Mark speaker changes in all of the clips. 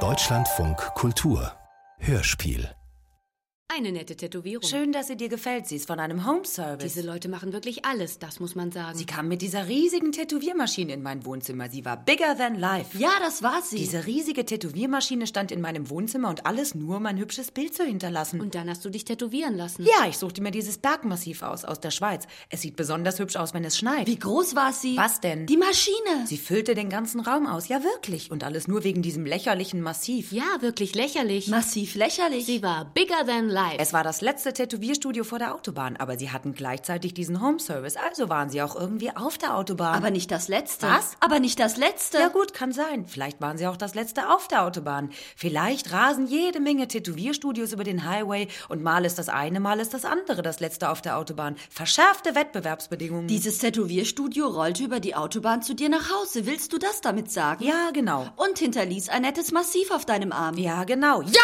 Speaker 1: Deutschlandfunk Kultur Hörspiel
Speaker 2: Eine nette Tätowierung.
Speaker 3: Schön, dass sie dir gefällt. Sie ist von einem Home Service.
Speaker 2: Diese Leute machen wirklich alles, das muss man sagen.
Speaker 3: sie kam mit dieser riesigen Tätowiermaschine in mein Wohnzimmer. Sie war bigger than life.
Speaker 2: ja, das war sie.
Speaker 3: Diese riesige Tätowiermaschine stand in meinem Wohnzimmer und alles nur, um ein hübsches Bild zu hinterlassen.
Speaker 2: Und dann hast du dich tätowieren lassen.
Speaker 3: ja, ich suchte mir dieses Bergmassiv aus, aus der Schweiz. Es sieht besonders hübsch aus, wenn es schneit.
Speaker 2: Wie groß war sie?
Speaker 3: Was denn?
Speaker 2: Die Maschine.
Speaker 3: Sie füllte den ganzen Raum aus. Ja, wirklich. Und alles nur wegen diesem lächerlichen Massiv.
Speaker 2: ja, wirklich lächerlich.
Speaker 4: Massiv lächerlich.
Speaker 2: sie war bigger than life.
Speaker 3: Es war das letzte Tätowierstudio vor der Autobahn, aber sie hatten gleichzeitig diesen Home Service, also waren sie auch irgendwie auf der Autobahn.
Speaker 4: Aber nicht das letzte.
Speaker 3: Was?
Speaker 4: Aber nicht das letzte.
Speaker 3: ja gut, kann sein. Vielleicht waren sie auch das letzte auf der Autobahn. Vielleicht rasen jede Menge Tätowierstudios über den Highway und mal ist das eine, mal ist das andere das letzte auf der Autobahn. Verschärfte Wettbewerbsbedingungen.
Speaker 4: Dieses Tätowierstudio rollte über die Autobahn zu dir nach Hause. Willst du das damit sagen?
Speaker 3: ja, genau.
Speaker 4: Und hinterließ ein nettes Massiv auf deinem Arm.
Speaker 3: Ja, genau. Ja, genau!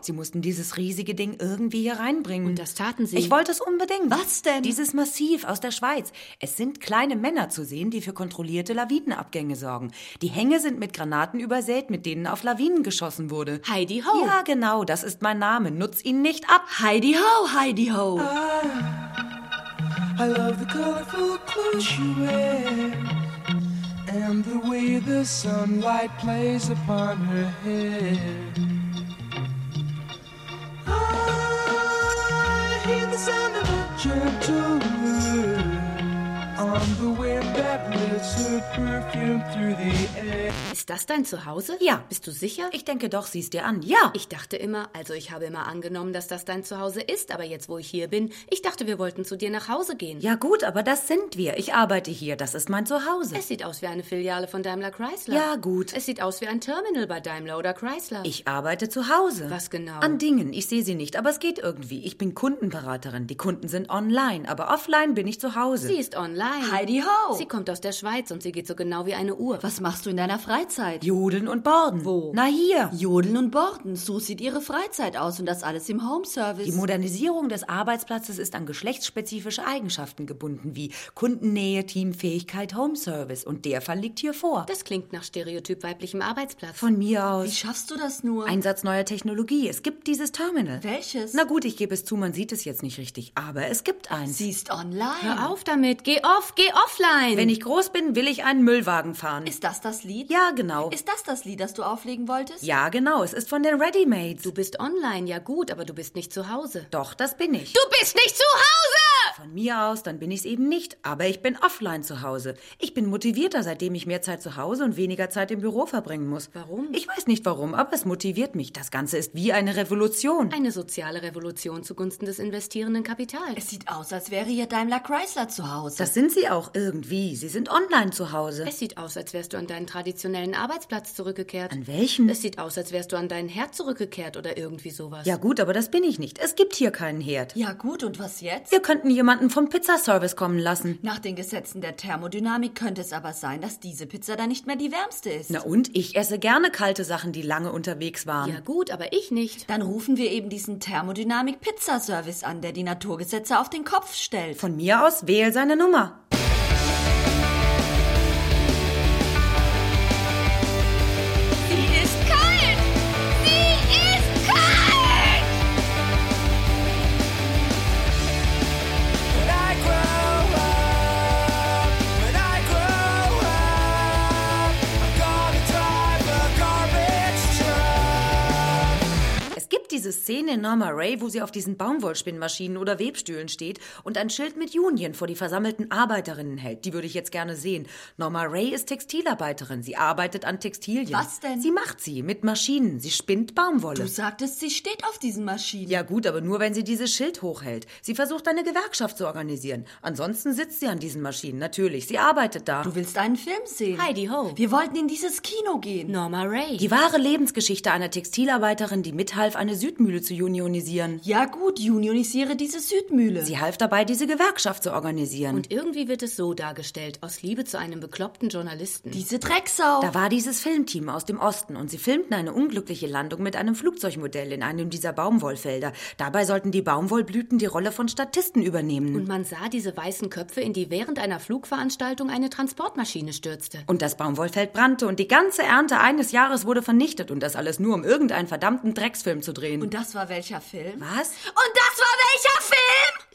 Speaker 3: Sie mussten dieses riesige Ding irgendwie hier reinbringen.
Speaker 2: Und das taten sie.
Speaker 3: Ich wollte es unbedingt.
Speaker 4: Was denn?
Speaker 3: Dieses Massiv aus der Schweiz. Es sind kleine Männer zu sehen, die für kontrollierte Lawinenabgänge sorgen. Die Hänge sind mit Granaten übersät, mit denen auf Lawinen geschossen wurde.
Speaker 2: Heidi Ho.
Speaker 3: Ja, genau, das ist mein Name. Nutz ihn nicht ab.
Speaker 4: Heidi ho, Heidi ho.
Speaker 2: Äh,
Speaker 5: I love the colorful clothes she wears and the way the sunlight plays upon her hair. I Ah, hear the sound of a gentle wind on the wind that lifts her perfume through the air.
Speaker 2: Ist das dein Zuhause?
Speaker 3: Ja.
Speaker 2: Bist du sicher?
Speaker 3: Ich denke doch, siehst dir an. Ja.
Speaker 2: Ich dachte immer, also ich habe immer angenommen, dass das dein Zuhause ist, aber jetzt, wo ich hier bin, ich dachte, wir wollten zu dir nach Hause gehen.
Speaker 3: ja gut, aber das sind wir. Ich arbeite hier. Das ist mein Zuhause.
Speaker 2: Es sieht aus wie eine Filiale von Daimler Chrysler.
Speaker 3: Ja, gut.
Speaker 2: Es sieht aus wie ein Terminal bei Daimler oder Chrysler.
Speaker 3: Ich arbeite zu Hause.
Speaker 2: Was genau?
Speaker 3: An Dingen. Ich sehe sie nicht, aber es geht irgendwie. Ich bin Kundenberaterin. Die Kunden sind online, aber offline bin ich zu Hause.
Speaker 2: Sie ist online.
Speaker 4: Heidi ho.
Speaker 2: Sie kommt aus der Schweiz und sie geht so genau wie eine Uhr.
Speaker 4: Was machst du in deiner Freizeit?
Speaker 3: Jodeln und Borden.
Speaker 4: Wo?
Speaker 3: Na hier.
Speaker 4: Jodeln und Borden. So sieht ihre Freizeit aus und das alles im
Speaker 3: Die
Speaker 4: Homeservice.
Speaker 3: Modernisierung des Arbeitsplatzes ist an geschlechtsspezifische Eigenschaften gebunden, wie Kundennähe, Teamfähigkeit, Homeservice. Und der Fall liegt hier vor.
Speaker 2: Das klingt nach stereotyp weiblichem Arbeitsplatz.
Speaker 3: Von mir
Speaker 4: Wie
Speaker 3: aus.
Speaker 4: schaffst du das nur?
Speaker 3: Einsatz neuer Technologie. Es gibt dieses Terminal.
Speaker 4: Welches?
Speaker 3: Na gut, ich gebe es zu, man sieht es jetzt nicht richtig, aber es gibt eins.
Speaker 4: Sie ist online.
Speaker 2: Hör auf damit. Geh off, geh offline.
Speaker 3: Wenn ich groß bin, will ich einen Müllwagen fahren.
Speaker 4: Ist das das Lied?
Speaker 3: ja, genau.
Speaker 4: Ist das das Lied, das du auflegen wolltest?
Speaker 3: ja, genau. Es ist von den Readymates.
Speaker 2: du bist online, ja gut, aber du bist nicht zu Hause.
Speaker 3: Doch, das bin ich.
Speaker 2: Du bist nicht zu Hause!
Speaker 3: Von mir aus, dann bin ich es eben nicht. Aber ich bin offline zu Hause. Ich bin motivierter, seitdem ich mehr Zeit zu Hause und weniger Zeit im Büro verbringen muss.
Speaker 2: Warum?
Speaker 3: Ich weiß nicht warum, aber es motiviert mich. Das Ganze ist wie eine Revolution.
Speaker 2: Eine soziale Revolution zugunsten des investierenden Kapitals.
Speaker 4: Es sieht aus, als wäre hier Daimler Chrysler zu Hause.
Speaker 3: Das sind sie auch irgendwie. Sie sind online zu Hause.
Speaker 2: Es sieht aus, als wärst du an deinen traditionellen Arbeitsplatz zurückgekehrt.
Speaker 3: An welchem?
Speaker 2: Es sieht aus, als wärst du an deinen Herd zurückgekehrt oder irgendwie sowas.
Speaker 3: Ja gut, aber das bin ich nicht. Es gibt hier keinen Herd.
Speaker 4: ja gut, und was jetzt?
Speaker 3: Wir könnten jemanden vom Pizzaservice kommen lassen.
Speaker 4: Nach den Gesetzen der Thermodynamik könnte es aber sein, dass diese Pizza dann nicht mehr die wärmste ist.
Speaker 3: Na und? Ich esse gerne kalte Sachen, die lange unterwegs waren.
Speaker 2: Ja gut, aber ich nicht.
Speaker 4: Dann rufen wir eben diesen Thermodynamik-Pizzaservice an, der die Naturgesetze auf den Kopf stellt.
Speaker 3: Von mir aus wähl seine Nummer.
Speaker 6: Sie ist kalt! Sie ist kalt!
Speaker 5: When I grow up, when I grow up, I'm gonna drive a garbage truck.
Speaker 3: Es gibt diese Szene in Norma Ray, wo sie auf diesen Baumwollspinnmaschinen oder Webstühlen steht und ein Schild mit Union vor die versammelten Arbeiterinnen hält. Die würde ich jetzt gerne sehen. Norma Ray ist Textilarbeiterin. Sie arbeitet an Textilien.
Speaker 4: Was denn?
Speaker 3: Sie macht sie mit Maschinen. Sie spinnt Baumwolle.
Speaker 4: Du sagtest, sie steht auf diesen Maschinen.
Speaker 3: ja gut, aber nur wenn sie dieses Schild hochhält. Sie versucht eine Gewerkschaft zu organisieren. Ansonsten sitzt sie an diesen Maschinen. Natürlich, sie arbeitet da.
Speaker 4: Du willst einen Film sehen.
Speaker 2: Heidi Ho.
Speaker 4: Wir wollten in dieses Kino gehen.
Speaker 2: Norma Ray.
Speaker 3: Die wahre Lebensgeschichte einer Textilarbeiterin, die mithalf, eine Südmühle zu unionisieren.
Speaker 4: Ja gut, unionisiere diese Südmühle.
Speaker 3: Sie half dabei, diese Gewerkschaft zu organisieren.
Speaker 2: Und irgendwie wird es so dargestellt, aus Liebe zu einem bekloppten Journalisten.
Speaker 4: diese Drecksau.
Speaker 3: Da war dieses Filmteam aus dem Osten und sie filmten eine unglückliche Landung mit einem Flugzeugmodell in einem dieser Baumwollfelder. Dabei sollten die Baumwollblüten die Rolle von Statisten übernehmen.
Speaker 2: Und man sah diese weißen Köpfe, in die während einer Flugveranstaltung eine Transportmaschine stürzte.
Speaker 3: Und das Baumwollfeld brannte und die ganze Ernte eines Jahres wurde vernichtet und das alles nur, um irgendeinen verdammten Drecksfilm zu drehen.
Speaker 4: Und das war welcher Film?
Speaker 3: was?
Speaker 6: Und das war welcher Film?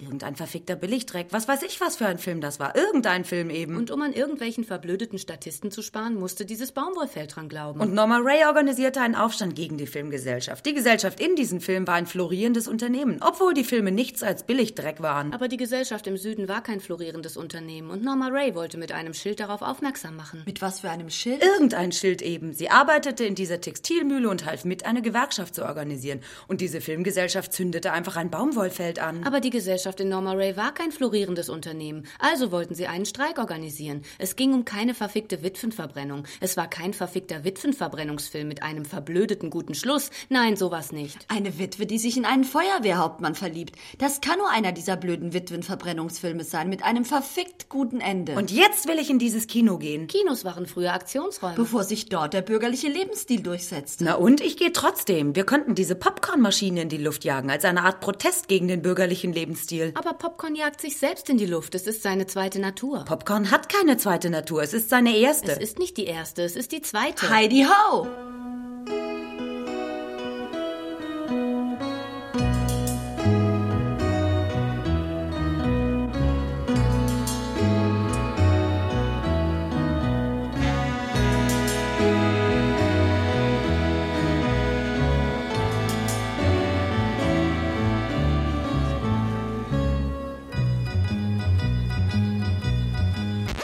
Speaker 3: Irgendein verfickter Billigdreck. Was weiß ich, was für ein Film das war. Irgendein Film eben.
Speaker 2: Und um an irgendwelchen verblödeten Statisten zu sparen, musste dieses Baumwollfeld dran glauben.
Speaker 3: Und Norma Ray organisierte einen Aufstand gegen die Filmgesellschaft. Die Gesellschaft in diesem Film war ein florierendes Unternehmen, obwohl die Filme nichts als Billigdreck waren.
Speaker 2: aber die Gesellschaft im Süden war kein florierendes Unternehmen und Norma Ray wollte mit einem Schild darauf aufmerksam machen.
Speaker 4: Mit was für einem
Speaker 3: Äh.
Speaker 4: Schild?
Speaker 3: Irgendein Schild eben. Sie arbeitete in dieser Textilmühle und half mit, eine Gewerkschaft zu organisieren. Und diese Filmgesellschaft zündete einfach ein Baumwollfeld an.
Speaker 2: Aber die Gesellschaft in Norma Ray war kein florierendes Unternehmen, also wollten sie einen Streik organisieren. Es ging um keine verfickte Witwenverbrennung. Es war kein verfickter Witwenverbrennungsfilm mit einem verblödeten guten Schluss. Nein, sowas nicht.
Speaker 4: Eine Witwe, die sich in einen Feuerwehrhauptmann verliebt. Das kann nur einer dieser blöden Witwenverbrennungsfilme sein, mit einem verfickt guten Ende.
Speaker 3: Und jetzt will ich in dieses Kino gehen.
Speaker 2: Kinos waren früher Aktionsräume.
Speaker 4: bevor sich dort der bürgerliche Lebensstil durchsetzte.
Speaker 3: Na und ich gehe trotzdem. Wir könnten diese Popcornmaschine in die Luft jagen, als eine Art Protest gegen den bürgerlichen Lebensstil.
Speaker 2: Aber Popcorn jagt sich selbst in die Luft. Es ist seine zweite Natur.
Speaker 3: Popcorn hat keine zweite Natur, es ist seine erste.
Speaker 2: es ist nicht die erste, es ist die zweite.
Speaker 4: Heidi Ho!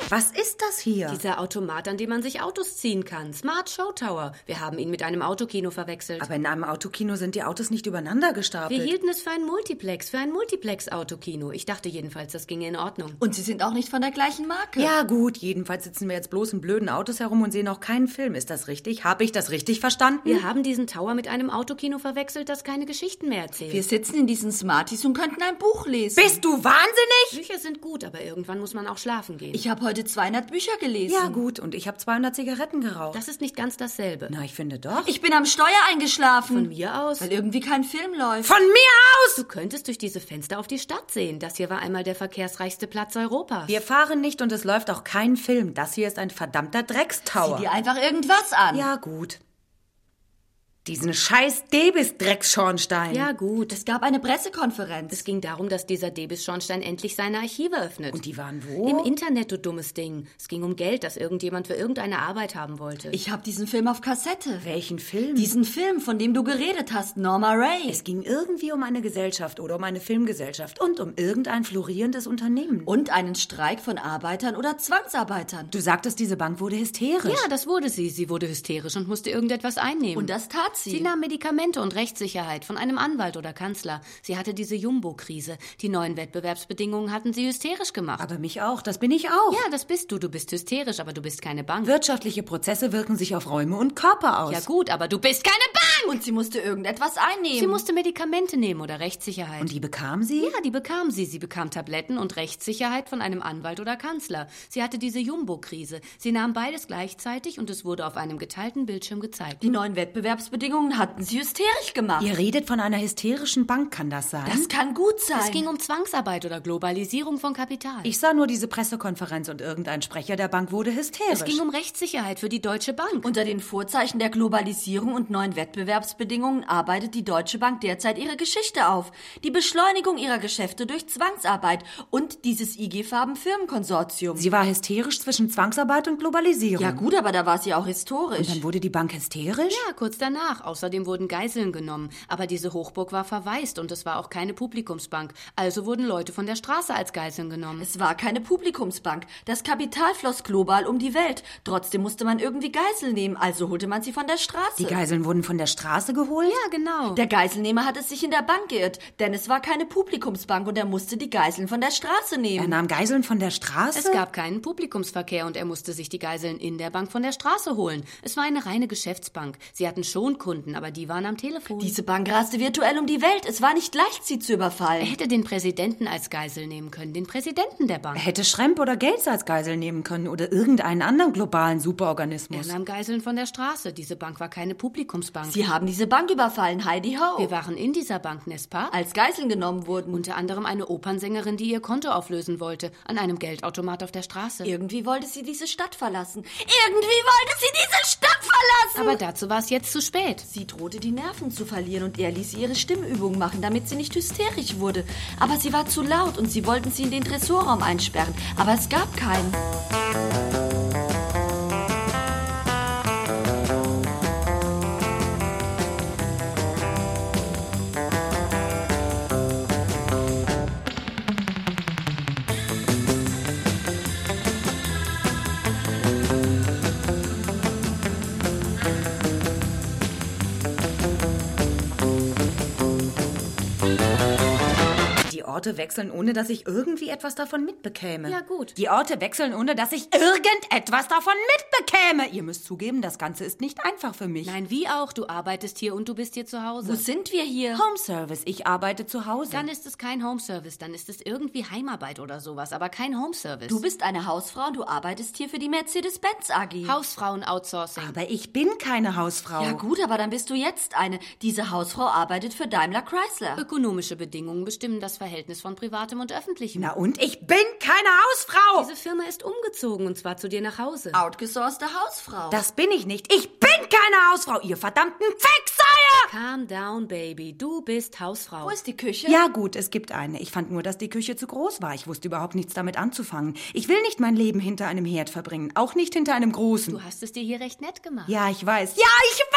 Speaker 3: Was ist das hier?
Speaker 2: Dieser Automat, an dem man sich Autos ziehen kann. Smart Show Tower. Wir haben ihn mit einem Autokino verwechselt.
Speaker 3: Aber in einem Autokino sind die Autos nicht übereinander gestapelt.
Speaker 2: wir hielten es für ein Multiplex, für ein Multiplex-Autokino. Ich dachte jedenfalls, das ginge in Ordnung.
Speaker 4: Und sie sind auch nicht von der gleichen Marke.
Speaker 3: ja gut, jedenfalls sitzen wir jetzt bloß in blöden Autos herum und sehen auch keinen Film. Ist das richtig? Habe ich das richtig verstanden?
Speaker 4: Hm?
Speaker 2: Wir haben diesen Tower mit einem Autokino verwechselt, das keine Geschichten mehr erzählt.
Speaker 4: Wir sitzen in diesen Smarties und könnten ein Buch lesen.
Speaker 3: Bist du wahnsinnig?
Speaker 2: Bücher sind gut, aber irgendwann muss man auch schlafen gehen.
Speaker 4: Ich habe heute 200 Bücher gelesen.
Speaker 3: Ja gut, und ich habe 200 Zigaretten geraucht.
Speaker 2: das ist nicht ganz dasselbe.
Speaker 3: Na, ich finde doch.
Speaker 4: Ich bin am Steuer eingeschlafen.
Speaker 2: Von mir aus.
Speaker 4: Weil irgendwie kein Film läuft.
Speaker 3: Von mir aus!
Speaker 2: Du könntest durch diese Fenster auf die Stadt sehen. Das hier war einmal der verkehrsreichste Platz Europas.
Speaker 3: Wir fahren nicht und es läuft auch kein Film. Das hier ist ein verdammter Dreckstower.
Speaker 4: Sieh dir einfach irgendwas an.
Speaker 3: Ja gut. Diesen scheiß Debis-Dreckschornstein.
Speaker 2: ja, gut.
Speaker 4: Es gab eine Pressekonferenz.
Speaker 2: Es ging darum, dass dieser Debis-Schornstein endlich seine Archive öffnet.
Speaker 3: Und die waren wo?
Speaker 2: Im Internet, du dummes Ding. Es ging um Geld, das irgendjemand für irgendeine Arbeit haben wollte.
Speaker 4: ich habe diesen Film auf Kassette.
Speaker 3: Welchen Film?
Speaker 4: Diesen Film, von dem du geredet hast, Norma Ray.
Speaker 3: Es ging irgendwie um eine Gesellschaft oder um eine Filmgesellschaft und um irgendein florierendes Unternehmen.
Speaker 4: Und einen Streik von Arbeitern oder Zwangsarbeitern.
Speaker 3: du sagtest, diese Bank wurde hysterisch.
Speaker 2: ja, das wurde sie. Sie wurde hysterisch und musste irgendetwas einnehmen.
Speaker 4: Und das tat sie.
Speaker 2: Sie nahm Medikamente und Rechtssicherheit von einem Anwalt oder Kanzler. Sie hatte diese Jumbo-Krise. Die neuen Wettbewerbsbedingungen hatten sie hysterisch gemacht.
Speaker 3: Aber mich auch, das bin ich auch.
Speaker 2: ja, das bist du. Du bist hysterisch, aber du bist keine Bank.
Speaker 3: Wirtschaftliche Prozesse wirken sich auf Räume und Körper aus.
Speaker 2: ja gut, aber du bist keine Bank!
Speaker 4: Und sie musste irgendetwas einnehmen.
Speaker 2: Sie musste Medikamente nehmen oder Rechtssicherheit.
Speaker 3: und die bekam sie?
Speaker 2: Ja, die bekam sie. Sie bekam Tabletten und Rechtssicherheit von einem Anwalt oder Kanzler. Sie hatte diese Jumbo-Krise. Sie nahm beides gleichzeitig und es wurde auf einem geteilten Bildschirm gezeigt.
Speaker 4: die neuen Wettbewerbsbedingungen hatten sie hysterisch gemacht.
Speaker 3: Ihr redet von einer hysterischen Bank, kann das sein?
Speaker 4: Das kann gut sein.
Speaker 2: Es ging um Zwangsarbeit oder Globalisierung von Kapital.
Speaker 3: ich sah nur diese Pressekonferenz und irgendein Sprecher der Bank wurde hysterisch.
Speaker 2: es ging um Rechtssicherheit für die Deutsche Bank.
Speaker 4: Unter den Vorzeichen der Globalisierung und neuen Wettbewerbsbedingungen arbeitet die Deutsche Bank derzeit ihre Geschichte auf. Die Beschleunigung ihrer Geschäfte durch Zwangsarbeit und dieses IG-Farben-Firmenkonsortium.
Speaker 3: sie war hysterisch zwischen Zwangsarbeit und Globalisierung.
Speaker 4: Ja gut, aber da war sie auch historisch.
Speaker 3: Dann wurde die Bank hysterisch?
Speaker 2: ja, kurz danach. Außerdem wurden Geiseln genommen. Aber diese Hochburg war verwaist und es war auch keine Publikumsbank. Also wurden Leute von der Straße als Geiseln genommen.
Speaker 4: Es war keine Publikumsbank. Das Kapital floss global um die Welt. Trotzdem musste man irgendwie Geiseln nehmen, also holte man sie von der Straße.
Speaker 3: Die Geiseln wurden von der Straße geholt?
Speaker 2: Ja, genau.
Speaker 4: Der Geiselnehmer hat es sich in der Bank geirrt, denn es war keine Publikumsbank und er musste die Geiseln von der Straße
Speaker 3: Er
Speaker 4: nehmen.
Speaker 3: nahm Geiseln von der Straße?
Speaker 2: genau. Es gab keinen Publikumsverkehr und er musste sich die Geiseln in der Bank von der Straße holen. Es war eine reine Geschäftsbank. Sie hatten schon Kunden, aber die waren am Telefon.
Speaker 4: Diese Bank raste virtuell um die Welt. Es war nicht leicht, sie zu
Speaker 2: er
Speaker 4: überfallen.
Speaker 2: hätte den Präsidenten als Geisel nehmen können, den Präsidenten der Bank.
Speaker 3: Er hätte Schremp oder Gates als Geisel nehmen können oder irgendeinen anderen globalen
Speaker 2: Er
Speaker 3: Superorganismus.
Speaker 2: nahm Geiseln von der Straße. Diese Bank war keine Publikumsbank.
Speaker 4: Sie haben diese Bank überfallen, Heidi Ho.
Speaker 2: Wir waren in dieser Bank, n'est-ce pas?
Speaker 4: Als Geiseln genommen wurden. Und
Speaker 2: Unter anderem eine Opernsängerin, die ihr Konto auflösen wollte, an einem Geldautomat auf der Straße.
Speaker 4: irgendwie wollte sie diese Stadt verlassen. Irgendwie wollte sie diese Stadt verlassen!
Speaker 2: Aber dazu war es jetzt zu spät.
Speaker 4: Sie drohte die Nerven zu verlieren und er ließ sie ihre Stimmübungen machen, damit sie nicht hysterisch wurde. Aber sie war zu laut und sie wollten sie in den Tresorraum einsperren. Aber es gab keinen.
Speaker 3: Die Orte wechseln, ohne dass ich irgendwie etwas davon mitbekäme.
Speaker 2: Ja, gut.
Speaker 3: Die Orte wechseln, ohne dass ich irgendetwas davon mitbekäme. Ihr müsst zugeben, das Ganze ist nicht einfach für mich.
Speaker 2: Nein, wie auch, du arbeitest hier und du bist hier zu Hause.
Speaker 4: Wo sind wir hier?
Speaker 3: Home Service, ich arbeite zu Hause.
Speaker 2: Dann ist es kein Homeservice, dann ist es irgendwie Heimarbeit oder sowas, aber kein Homeservice.
Speaker 4: Du bist eine Hausfrau und du arbeitest hier für die Mercedes-Benz AG.
Speaker 2: Hausfrauen-Outsourcing.
Speaker 3: aber ich bin keine Hausfrau.
Speaker 4: ja gut, aber dann bist du jetzt eine. Diese Hausfrau arbeitet für Daimler Chrysler.
Speaker 2: Ökonomische Bedingungen bestimmen das Verhältnis von privatem und öffentlichem.
Speaker 3: Na und ich bin keine Hausfrau.
Speaker 2: Diese Firma ist umgezogen und zwar zu dir nach Hause.
Speaker 4: Outgesourcete Hausfrau.
Speaker 3: Das bin ich nicht. Ich bin keine Hausfrau, ihr verdammten Fixeier!
Speaker 2: Calm down, Baby. Du bist Hausfrau.
Speaker 4: Wo ist die Küche?
Speaker 3: Ja gut, es gibt eine. Ich fand nur, dass die Küche zu groß war. Ich wusste überhaupt nichts damit anzufangen. Ich will nicht mein Leben hinter einem Herd verbringen, auch nicht hinter einem großen.
Speaker 2: Du hast es dir hier recht nett gemacht.
Speaker 3: Ja, ich weiß. Ja, ich weiß!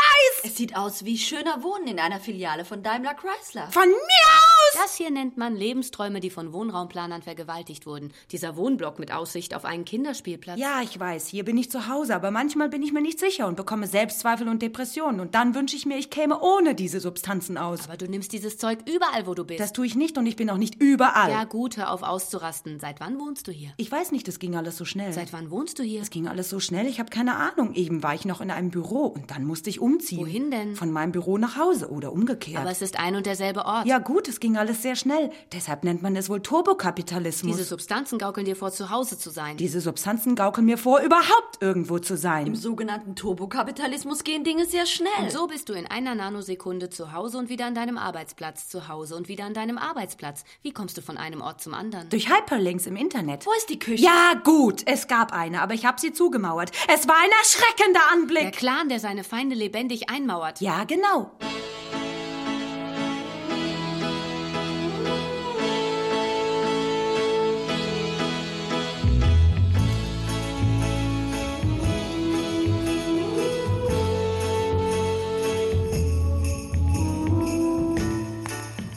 Speaker 4: Es sieht aus wie schöner Wohnen in einer Filiale von Daimler Chrysler.
Speaker 3: Von mir aus!
Speaker 2: Das hier nennt man Lebensträume, die von Wohnraumplanern vergewaltigt wurden. Dieser Wohnblock mit Aussicht auf einen Kinderspielplatz.
Speaker 3: Ja, ich weiß, hier bin ich zu Hause, aber manchmal bin ich mir nicht sicher und bekomme Selbstzweifel und Depressionen. Und dann wünsche ich mir, ich käme ohne diese Substanzen aus.
Speaker 2: Aber du nimmst dieses Zeug überall, wo du bist.
Speaker 3: Das tue ich nicht und ich bin auch nicht überall.
Speaker 2: ja, gut, hör auf auszurasten. Seit wann wohnst du hier?
Speaker 3: Ich weiß nicht, es ging alles so schnell.
Speaker 2: Seit wann wohnst du hier?
Speaker 3: Es ging alles so schnell, ich habe keine Ahnung. Eben war ich noch in einem Büro und dann musste ich umziehen.
Speaker 2: Wohin denn?
Speaker 3: Von meinem Büro nach Hause oder umgekehrt.
Speaker 2: Aber es ist ein und derselbe Ort.
Speaker 3: ja gut, es ging alles sehr schnell. Deshalb nennt man es wohl Turbokapitalismus.
Speaker 2: Diese Substanzen gaukeln dir vor, zu Hause zu sein.
Speaker 3: Diese Substanzen gaukeln mir vor, überhaupt irgendwo zu sein.
Speaker 4: Im sogenannten Turbokapitalismus gehen Dinge sehr schnell.
Speaker 2: Und so bist du in einer Nanosekunde zu Hause und wieder an deinem Arbeitsplatz, zu Hause und wieder an deinem Arbeitsplatz. Wie kommst du von einem Ort zum anderen?
Speaker 3: Durch Hyperlinks im Internet.
Speaker 2: Oh.
Speaker 4: Wo ist die Küche?
Speaker 3: Ja gut, es gab eine, aber ich habe sie zugemauert. Es war ein erschreckender
Speaker 2: Der
Speaker 3: Anblick.
Speaker 2: Clan, der seine Feinde lebendig einmauert.
Speaker 3: Ja, genau.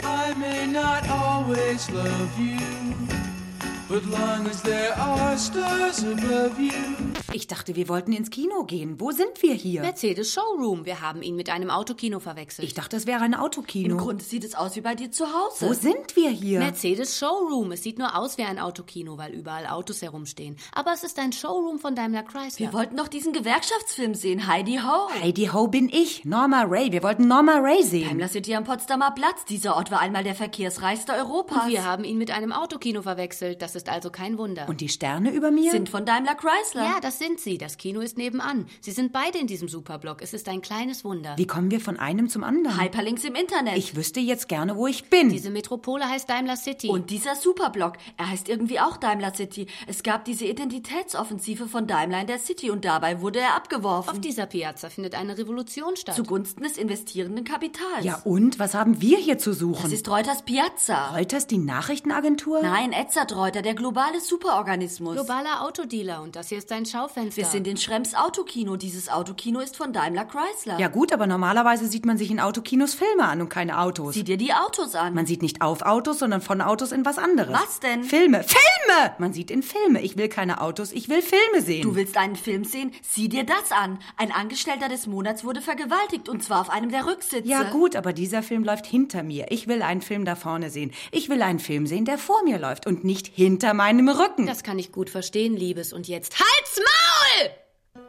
Speaker 5: I may not always love you, but long as there are stars above you.
Speaker 3: Ich dachte, wir wollten ins Kino gehen. Wo sind wir hier?
Speaker 2: Mercedes Showroom. Wir haben ihn mit einem Autokino verwechselt.
Speaker 3: Ich dachte, es wäre ein
Speaker 4: Im
Speaker 3: Autokino.
Speaker 4: Grunde sieht es aus wie bei dir zu
Speaker 3: Wo
Speaker 4: Hause.
Speaker 3: sind wir hier?
Speaker 2: Mercedes Showroom. Es sieht nur aus wie ein Autokino, weil überall Autos herumstehen. Aber es ist ein Showroom von Daimler Chrysler.
Speaker 4: Wir wollten doch diesen Gewerkschaftsfilm sehen, Heidi Ho.
Speaker 3: Heidi Ho bin ich, Norma Ray. Wir wollten Norma Ray sehen.
Speaker 4: Daimler City am Potsdamer Platz. Dieser Ort war einmal der verkehrsreichste Europas.
Speaker 2: Und wir haben ihn mit einem Autokino verwechselt. Das ist also kein Wunder.
Speaker 3: Und die Sterne über mir?
Speaker 4: sind von Daimler Chrysler.
Speaker 2: ja, das sind sie. Das Kino ist nebenan. Sie sind beide in diesem Superblock. Es ist ein kleines Wunder.
Speaker 3: Wie kommen wir von einem zum anderen?
Speaker 4: Hyperlinks im Internet.
Speaker 3: Ich wüsste jetzt gerne, wo ich bin.
Speaker 2: Diese Metropole heißt Daimler City.
Speaker 4: und dieser Superblock, er heißt irgendwie auch Daimler City. Es gab diese Identitätsoffensive von Daimler in der City und dabei wurde er
Speaker 2: auf
Speaker 4: abgeworfen.
Speaker 2: dieser Piazza findet eine Revolution statt.
Speaker 4: zugunsten des investierenden Kapitals.
Speaker 3: ja und, was haben wir hier zu
Speaker 4: Das
Speaker 3: suchen?
Speaker 4: ist Reuters Piazza.
Speaker 3: Reuters die Nachrichtenagentur?
Speaker 4: Nein, Edzard Reuter, der globale Superorganismus.
Speaker 2: Globaler Autodealer und das hier ist ein Schaufenster.
Speaker 4: Wir sind in Schrems Autokino. Dieses Autokino ist von Daimler Chrysler.
Speaker 3: Ja gut, aber normalerweise sieht man sich in Autokinos Filme an und keine Autos.
Speaker 4: Sieh dir die Autos an.
Speaker 3: man sieht nicht auf Autos, sondern von Autos in was anderes.
Speaker 4: Was denn?
Speaker 3: Filme. Filme! Man sieht in Filme. Ich will keine Autos, ich will Filme sehen.
Speaker 4: Du willst einen Film sehen? Sieh dir das an. Ein Angestellter des Monats wurde vergewaltigt und zwar auf einem der Rücksitze.
Speaker 3: ja gut, aber dieser Film läuft hinter mir. Ich will einen Film da vorne sehen. Ich will einen Film sehen, der vor mir läuft und nicht hinter meinem Rücken.
Speaker 2: Das kann ich gut verstehen, Liebes. Und jetzt halt's Maul!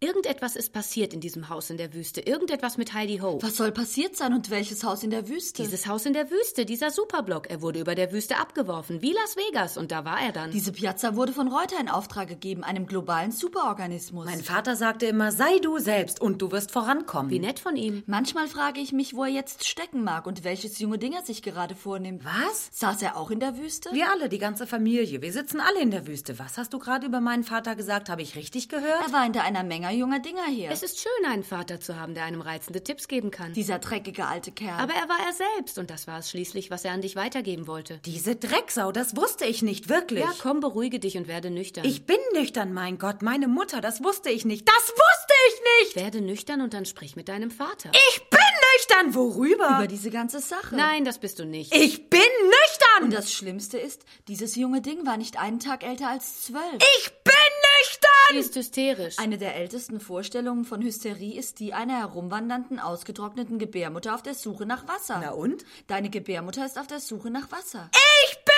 Speaker 2: Irgendetwas ist passiert in diesem Haus in der Wüste. Irgendetwas mit Heidi Ho.
Speaker 4: Was soll passiert sein und welches Haus in der Wüste?
Speaker 2: Dieses Haus in der Wüste, dieser Superblock. Er wurde über der Wüste abgeworfen, wie Las Vegas. Und da war er dann.
Speaker 4: Diese Piazza wurde von Reuter in Auftrag gegeben, einem globalen Superorganismus.
Speaker 3: mein Vater sagte immer, sei du selbst und du wirst vorankommen.
Speaker 2: wie nett von ihm.
Speaker 4: Manchmal frage ich mich, wo er jetzt stecken mag und welches junge Ding er sich gerade vornimmt.
Speaker 3: Was?
Speaker 4: Saß er auch in der Wüste?
Speaker 3: Wir alle, die ganze Familie, wir sitzen alle in der Wüste. Was hast du gerade über meinen Vater gesagt? Habe ich richtig gehört?
Speaker 4: Er war hinter einer Menge junger Dinger her.
Speaker 2: Es ist schön, einen Vater zu haben, der einem reizende Tipps geben kann.
Speaker 4: Dieser dreckige alte Kerl.
Speaker 2: Aber er war er selbst. Und das war es schließlich, was er an dich weitergeben wollte.
Speaker 3: Diese Drecksau, das wusste ich nicht, wirklich.
Speaker 2: Ja, komm, beruhige dich und werde nüchtern.
Speaker 3: ich bin nüchtern, mein Gott, meine Mutter, das wusste ich nicht. Das wusste ich nicht!
Speaker 2: werde nüchtern und dann sprich mit deinem Vater.
Speaker 3: Ich bin nüchtern, worüber?
Speaker 4: über diese ganze Sache.
Speaker 2: Nein, das bist du nicht.
Speaker 3: ich bin nüchtern!
Speaker 4: Und das Schlimmste ist, dieses junge Ding war nicht einen Tag älter als zwölf.
Speaker 3: ich bin nüchtern!
Speaker 2: Sie ist hysterisch.
Speaker 4: Eine der ältesten Vorstellungen von Hysterie ist die einer herumwandernden, ausgetrockneten Gebärmutter auf der Suche nach Wasser.
Speaker 3: Na und?
Speaker 4: Deine Gebärmutter ist auf der Suche nach Wasser.
Speaker 3: Ich bin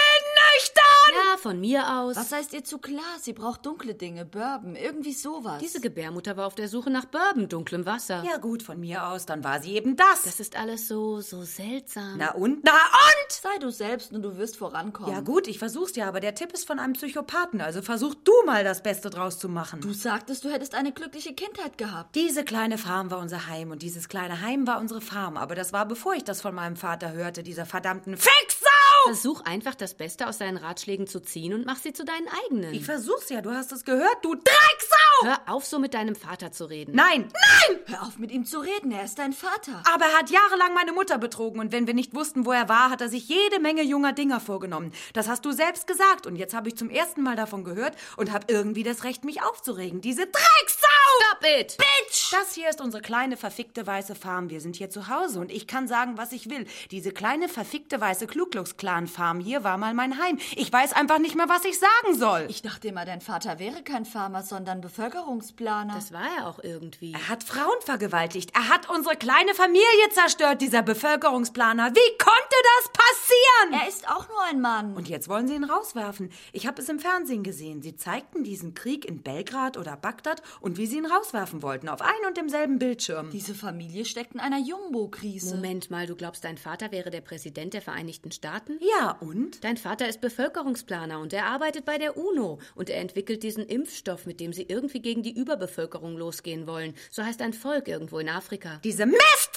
Speaker 3: nüchtern!
Speaker 2: ja, von mir aus.
Speaker 4: Wasser ist ihr zu klar, sie braucht dunkle Dinge, Bourbon, irgendwie sowas.
Speaker 2: Diese Gebärmutter war auf der Suche nach Bourbon, dunklem Wasser.
Speaker 3: Ja gut, von mir aus, dann war sie eben das.
Speaker 2: Das ist alles so, so seltsam.
Speaker 3: Na und? Na und?
Speaker 4: Sei du selbst und du wirst vorankommen.
Speaker 3: Ja gut, ich versuch's ja, aber der Tipp ist von einem Psychopathen, also versuch du mal das Beste draus zu machen.
Speaker 4: Du sagtest, du hättest eine glückliche Kindheit gehabt.
Speaker 3: Diese kleine Farm war unser Heim und dieses kleine Heim war unsere Farm, aber das war bevor ich das von meinem Vater hörte, dieser verdammten Fixsau!
Speaker 2: Versuch einfach das Beste aus deinen Ratschlägen zu ziehen und mach sie zu deinen eigenen.
Speaker 3: Ich versuch's ja, du hast es gehört, du Drecksau!
Speaker 2: Hör auf, so mit deinem Vater zu reden.
Speaker 3: Nein, nein!
Speaker 4: Hör auf, mit ihm zu reden, er ist dein Vater.
Speaker 3: Aber er hat jahrelang meine Mutter betrogen und wenn wir nicht wussten, wo er war, hat er sich jede Menge junger Dinger vorgenommen. Das hast du selbst gesagt und jetzt habe ich zum ersten Mal davon gehört und habe irgendwie das Recht, mich aufzuregen. Diese Drecksau!
Speaker 2: Stop it!
Speaker 3: Bitch! Das hier ist unsere kleine verfickte weiße Farm. Wir sind hier zu Hause und ich kann sagen, was ich will. Diese kleine verfickte weiße Kluglux-Clan-Farm hier war mal mein Heim. Ich weiß einfach nicht mehr, was ich sagen soll.
Speaker 4: Ich dachte immer, dein Vater wäre kein Farmer, sondern Bevölkerungsplaner.
Speaker 2: Das war er auch irgendwie.
Speaker 3: er hat Frauen vergewaltigt. Er hat unsere kleine Familie zerstört, dieser Bevölkerungsplaner. Wie konnte das passieren?
Speaker 4: er ist auch nur ein Mann.
Speaker 3: Und jetzt wollen sie ihn rauswerfen. Ich habe es im Fernsehen gesehen. Sie zeigten diesen Krieg in Belgrad oder Bagdad und wie sie ihn rauswerfen wollten, auf ein und demselben Bildschirm.
Speaker 4: Diese Familie steckt in einer Jumbo-Krise.
Speaker 2: Moment mal, du glaubst, dein Vater wäre der Präsident der Vereinigten Staaten?
Speaker 3: Ja, und?
Speaker 2: Dein Vater ist Bevölkerungsplaner und er arbeitet bei der UNO und er entwickelt diesen Impfstoff, mit dem sie irgendwie gegen die Überbevölkerung losgehen wollen. So heißt ein Volk irgendwo in Afrika.
Speaker 3: Diese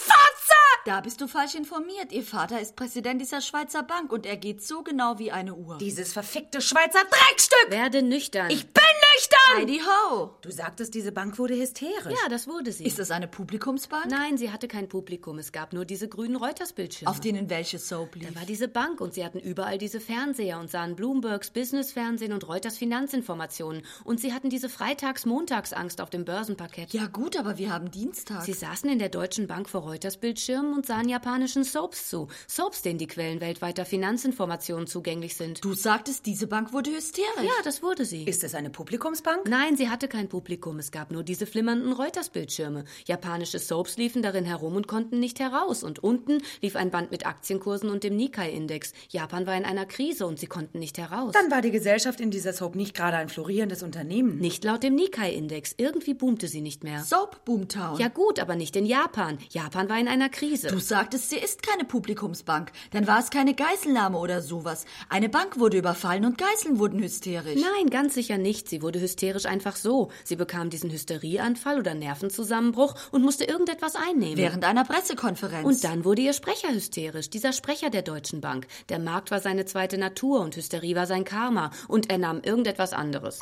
Speaker 3: Mistfotze!
Speaker 4: Da bist du falsch informiert. Ihr Vater ist Präsident dieser Schweizer Bank und er geht so genau wie eine Uhr.
Speaker 3: Dieses verfickte Schweizer Dreckstück!
Speaker 2: Werde nüchtern.
Speaker 3: Ich bin nüchtern!
Speaker 4: Heidi Ho!
Speaker 3: Du sagtest, diese Bank wurde hysterisch.
Speaker 2: ja, das wurde sie.
Speaker 4: Ist das eine Publikumsbank?
Speaker 2: Nein, sie hatte kein Publikum. Es gab nur diese grünen Reuters-Bildschirme.
Speaker 4: Auf denen welche Soap lief?
Speaker 2: Da war diese Bank und sie hatten überall diese Fernseher und sahen Bloombergs Businessfernsehen und Reuters Finanzinformationen. Und sie hatten diese Freitags-Montagsangst auf dem Börsenparkett.
Speaker 4: Ja gut, aber wir haben Dienstag.
Speaker 2: Sie saßen in der Deutschen Bank vor Reuters Bildschirmen und sahen japanischen Soaps zu. Soaps, denen die Quellen weltweiter Finanzinformationen zugänglich sind.
Speaker 4: du sagtest, diese Bank wurde hysterisch.
Speaker 2: Ja, das wurde sie.
Speaker 3: Ist es eine Publikumsbank?
Speaker 2: Nein, sie hatte kein Publikum. Es gab nur diese flimmernden Reuters-Bildschirme. Japanische Soaps liefen darin herum und konnten nicht heraus. Und unten lief ein Band mit Aktienkursen und dem Nikkei-Index. Japan war in einer Krise und sie konnten nicht heraus.
Speaker 3: Dann war die Gesellschaft in dieser Soap nicht gerade ein florierendes Unternehmen.
Speaker 2: Nicht laut dem Nikkei-Index. Irgendwie boomte sie nicht mehr.
Speaker 4: Soap Boomtown.
Speaker 2: Ja gut, aber nicht in Japan. Japan war in einer Krise.
Speaker 4: Du sagtest, sie ist keine Publikumsbank. Dann war es keine Geiselnahme oder sowas. Eine Bank wurde überfallen und Geiseln wurden hysterisch.
Speaker 2: Nein, ganz sicher nicht. Sie wurde hysterisch einfach so. Sie bekam diesen Hysterieanfall oder Nervenzusammenbruch und musste irgendetwas einnehmen.
Speaker 4: Während einer Pressekonferenz.
Speaker 2: Und dann wurde ihr Sprecher hysterisch, dieser Sprecher der Deutschen Bank. Der Markt war seine zweite Natur und Hysterie war sein Karma. Und er nahm irgendetwas anderes.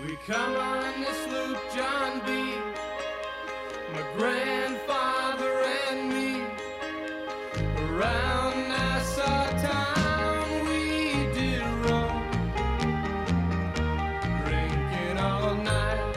Speaker 5: We come on this loop, John B. My grandfather and me. Around Nassau town we did roam. Drinking all night.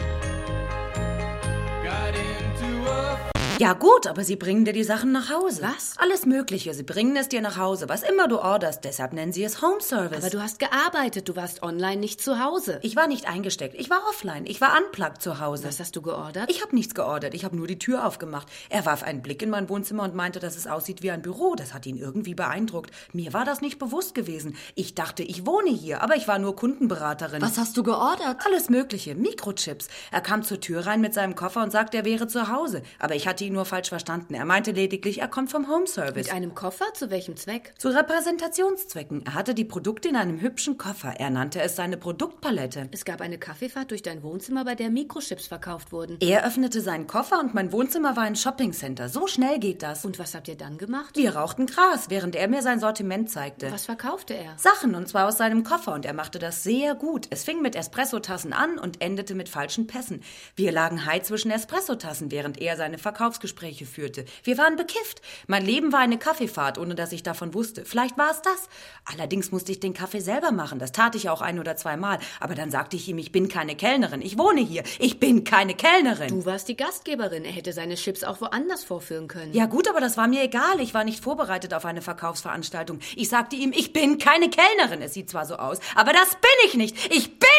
Speaker 5: Got into a
Speaker 3: Ja gut, aber sie bringen dir die Sachen nach Hause.
Speaker 2: Was?
Speaker 3: Alles Mögliche. Sie bringen es dir nach Hause, was immer du orderst. Deshalb nennen sie es Home Service.
Speaker 2: Aber du hast gearbeitet, du warst online nicht zu Hause.
Speaker 3: ich war nicht eingesteckt. Ich war offline. Ich war unplugged zu Hause.
Speaker 2: Was hast du geordert?
Speaker 3: Ich habe nichts geordert, ich habe nur die Tür aufgemacht. Er warf einen Blick in mein Wohnzimmer und meinte, dass es aussieht wie ein Büro. Das hat ihn irgendwie beeindruckt. Mir war das nicht bewusst gewesen. Ich dachte, ich wohne hier, aber ich war nur Kundenberaterin.
Speaker 4: Was hast du geordert?
Speaker 3: Alles Mögliche, Mikrochips. Er kam zur Tür rein mit seinem Koffer und sagte, er wäre zu Hause. Aber ich hatte ihn nur falsch verstanden. Er meinte lediglich, er kommt vom Home Service.
Speaker 2: Mit einem Koffer? Zu welchem Zweck?
Speaker 3: Zu Repräsentationszwecken. Er hatte die Produkte in einem hübschen Koffer. Er nannte es seine Produktpalette.
Speaker 2: Es gab eine Kaffeefahrt durch dein Wohnzimmer, bei der Mikrochips verkauft wurden.
Speaker 3: Er öffnete seinen Koffer und mein Wohnzimmer war ein Shoppingcenter. So schnell geht das.
Speaker 2: Und was habt ihr dann gemacht?
Speaker 3: Wir rauchten Gras, während er mir sein Sortiment zeigte.
Speaker 2: Was verkaufte er?
Speaker 3: Sachen, und zwar aus seinem Koffer, und er machte das sehr gut. Es fing mit Espressotassen an und endete mit falschen Pässen. Wir lagen high zwischen Espressotassen, während er seine Verkaufsgespräche führte. Wir waren bekifft. Mein Leben war eine Kaffeefahrt, ohne dass ich davon wusste. Vielleicht war es das. Allerdings musste ich den Kaffee selber machen. Das tat ich auch ein oder zweimal. Aber dann sagte ich ihm, ich bin keine Kellnerin. Ich wohne hier. Ich bin keine Kellnerin.
Speaker 2: Du warst die Gastgeberin. Er hätte seine Chips auch woanders vorführen können.
Speaker 3: Ja gut, aber das war mir egal. Ich war nicht vorbereitet auf eine Verkaufsveranstaltung. Ich sagte ihm, ich bin keine Kellnerin. Es sieht zwar so aus, aber das bin ich nicht. Ich bin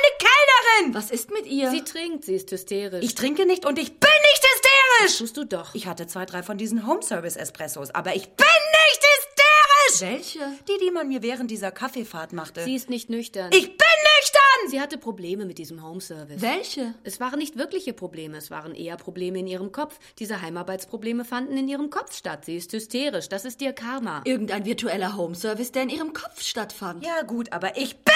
Speaker 3: keine Kellnerin.
Speaker 4: Was ist mit ihr?
Speaker 2: Sie trinkt, sie ist hysterisch.
Speaker 3: Ich trinke nicht und ich bin nicht hysterisch.
Speaker 2: tust du doch.
Speaker 3: Ich hatte zwei, drei von diesen Home-Service-Espressos, aber ich bin nicht hysterisch.
Speaker 4: Welche?
Speaker 3: Die, die man mir während dieser Kaffeefahrt machte.
Speaker 2: sie ist nicht nüchtern.
Speaker 3: ich bin nüchtern.
Speaker 2: sie hatte Probleme mit diesem Homeservice.
Speaker 4: Welche?
Speaker 2: Es waren nicht wirkliche Probleme, es waren eher Probleme in ihrem Kopf. Diese Heimarbeitsprobleme fanden in ihrem Kopf statt. Sie ist hysterisch, das ist ihr Karma.
Speaker 4: Irgendein virtueller Homeservice, der in ihrem Kopf stattfand.
Speaker 3: Ja gut, aber ich bin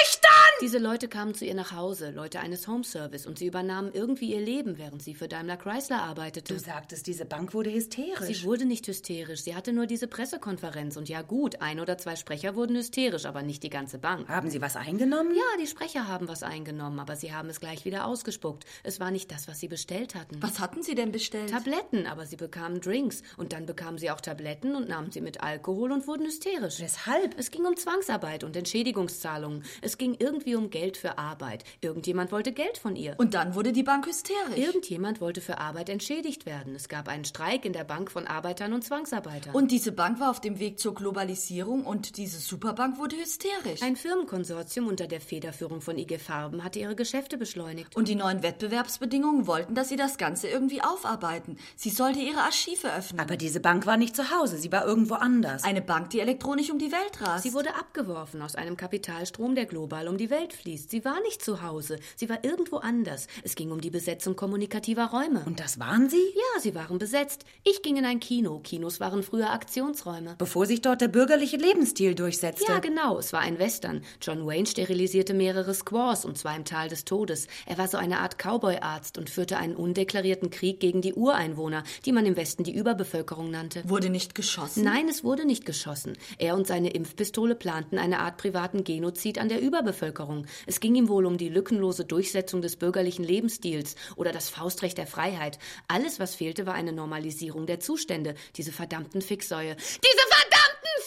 Speaker 3: nüchtern.
Speaker 2: Diese Leute kamen zu ihr nach Hause, Leute eines Homeservice, und sie übernahmen irgendwie ihr Leben, während sie für Daimler Chrysler arbeitete.
Speaker 3: Du sagtest, diese Bank wurde hysterisch.
Speaker 2: Sie wurde nicht hysterisch, sie hatte nur diese Pressekonferenz und ja gut, ein oder zwei Sprecher wurden hysterisch, aber nicht die ganze Bank.
Speaker 4: Ah.
Speaker 3: Haben Sie was eingenommen?
Speaker 2: Ja, die Sprecher haben was eingenommen, aber sie haben es gleich wieder ausgespuckt. Es war nicht das, was sie bestellt hatten.
Speaker 4: Was hatten sie denn bestellt?
Speaker 2: Tabletten, aber sie bekamen Drinks und dann bekamen sie auch Tabletten und nahmen sie mit Alkohol und wurden hysterisch.
Speaker 3: Weshalb?
Speaker 2: Es ging um Zwangsarbeit und Entschädigungszahlungen. Es ging irgendwie um Geld für Arbeit. Irgendjemand wollte Geld von ihr.
Speaker 4: Und dann wurde die Bank hysterisch.
Speaker 2: Irgendjemand wollte für Arbeit entschädigt werden. Es gab einen Streik in der Bank von Arbeitern und Zwangsarbeitern.
Speaker 4: Und diese Bank war auf dem Weg zur Globalisierung und diese Superbank wurde hysterisch.
Speaker 2: ein Firmenkonsortium unter der Federführung von IG Farben hatte ihre Geschäfte beschleunigt.
Speaker 4: Und die neuen Wettbewerbsbedingungen wollten, dass sie das Ganze irgendwie aufarbeiten. Sie sollte ihre Archive öffnen.
Speaker 3: Aber diese Bank war nicht zu Hause, sie war irgendwo anders.
Speaker 4: Eine Bank, die elektronisch um die Welt rast.
Speaker 2: Sie wurde abgeworfen aus einem Kapitalstrom, der global um die Welt fließt. Sie war nicht zu Hause. Sie war irgendwo anders. Es ging um die Besetzung kommunikativer Räume.
Speaker 3: Und das waren Sie?
Speaker 2: Ja, sie waren besetzt. Ich ging in ein Kino. Kinos waren früher Aktionsräume.
Speaker 3: Bevor sich dort der bürgerliche Lebensstil durchsetzte.
Speaker 2: Ja, genau, es war ein Western. John Wayne sterilisierte mehrere Squaws, und zwar im Tal des Todes. Er war so eine Art Cowboy-Arzt und führte einen undeklarierten Krieg gegen die Ureinwohner, die man im Westen die Überbevölkerung nannte.
Speaker 4: wurde nicht geschossen.
Speaker 2: Nein, es wurde nicht geschossen. Er und seine Impfpistole planten eine Art privaten Genozid an der Überbevölkerung. Es ging ihm wohl um die lückenlose Durchsetzung des bürgerlichen Lebensstils oder das Faustrecht der Freiheit. Alles, was fehlte, war eine Normalisierung der Zustände, diese verdammten Fixsäue.
Speaker 6: Diese verdammten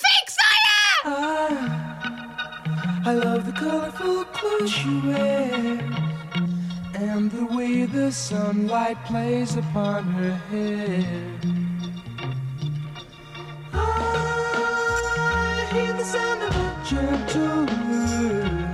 Speaker 6: Fixeier!
Speaker 5: I love the colorful clothes you wear and the way the sunlight plays upon her hair. I hear the sound of a gentle wind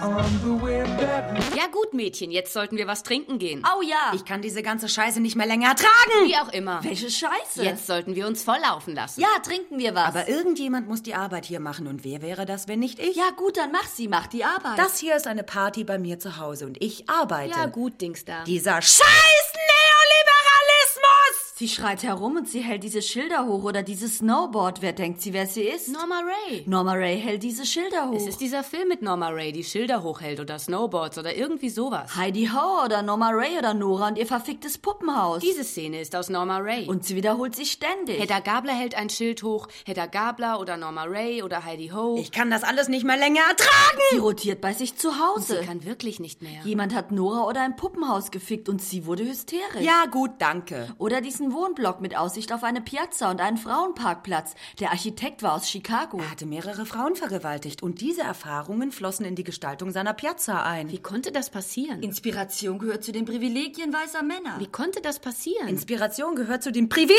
Speaker 5: on the wind that
Speaker 2: Ja gut, Mädchen, jetzt sollten wir was trinken gehen.
Speaker 4: Äh. Au ja.
Speaker 3: Ich kann diese ganze Scheiße nicht mehr länger ertragen.
Speaker 2: Wie auch immer.
Speaker 4: Welche Scheiße.
Speaker 2: Jetzt sollten wir uns volllaufen lassen.
Speaker 4: Ja, trinken wir was.
Speaker 3: Aber irgendjemand muss die Arbeit hier machen und wer wäre das, wenn nicht ich?
Speaker 4: ja gut, dann mach sie, mach die Arbeit.
Speaker 3: Das hier ist eine Party bei mir zu Hause und ich arbeite.
Speaker 2: Ja, gut, Dings da.
Speaker 3: Dieser scheiß Neoliberalismus!
Speaker 4: Sie schreit herum und sie hält diese Schilder hoch oder dieses Snowboard. Wer denkt sie, wer sie ist?
Speaker 2: Norma Ray.
Speaker 4: Norma Ray hält diese Schilder hoch.
Speaker 2: Es ist dieser Film mit Norma Ray, die Schilder hochhält oder Snowboards oder irgendwie sowas.
Speaker 4: Heidi Ho oder Norma Ray oder Nora und ihr verficktes Puppenhaus.
Speaker 2: Diese Szene ist aus Norma Ray.
Speaker 4: und sie wiederholt sich ständig.
Speaker 2: Hedda Gabler hält ein Schild hoch. Hedda Gabler oder Norma Ray oder Heidi Ho.
Speaker 3: Ich kann das alles nicht mehr länger ertragen!
Speaker 4: sie rotiert bei sich zu Hause.
Speaker 2: sie kann wirklich nicht mehr.
Speaker 4: Jemand hat Nora oder ein Puppenhaus gefickt und sie wurde hysterisch.
Speaker 3: Ja, gut, danke.
Speaker 4: Oder diesen Wohnblock mit Aussicht auf eine Piazza und einen Frauenparkplatz. Der Architekt war aus Chicago.
Speaker 3: Er hatte mehrere Frauen vergewaltigt und diese Erfahrungen flossen in die Gestaltung seiner Piazza ein.
Speaker 2: Wie konnte das passieren?
Speaker 4: Inspiration gehört zu den Privilegien weißer Männer.
Speaker 2: Wie konnte das passieren?
Speaker 3: Inspiration gehört zu den Privilegien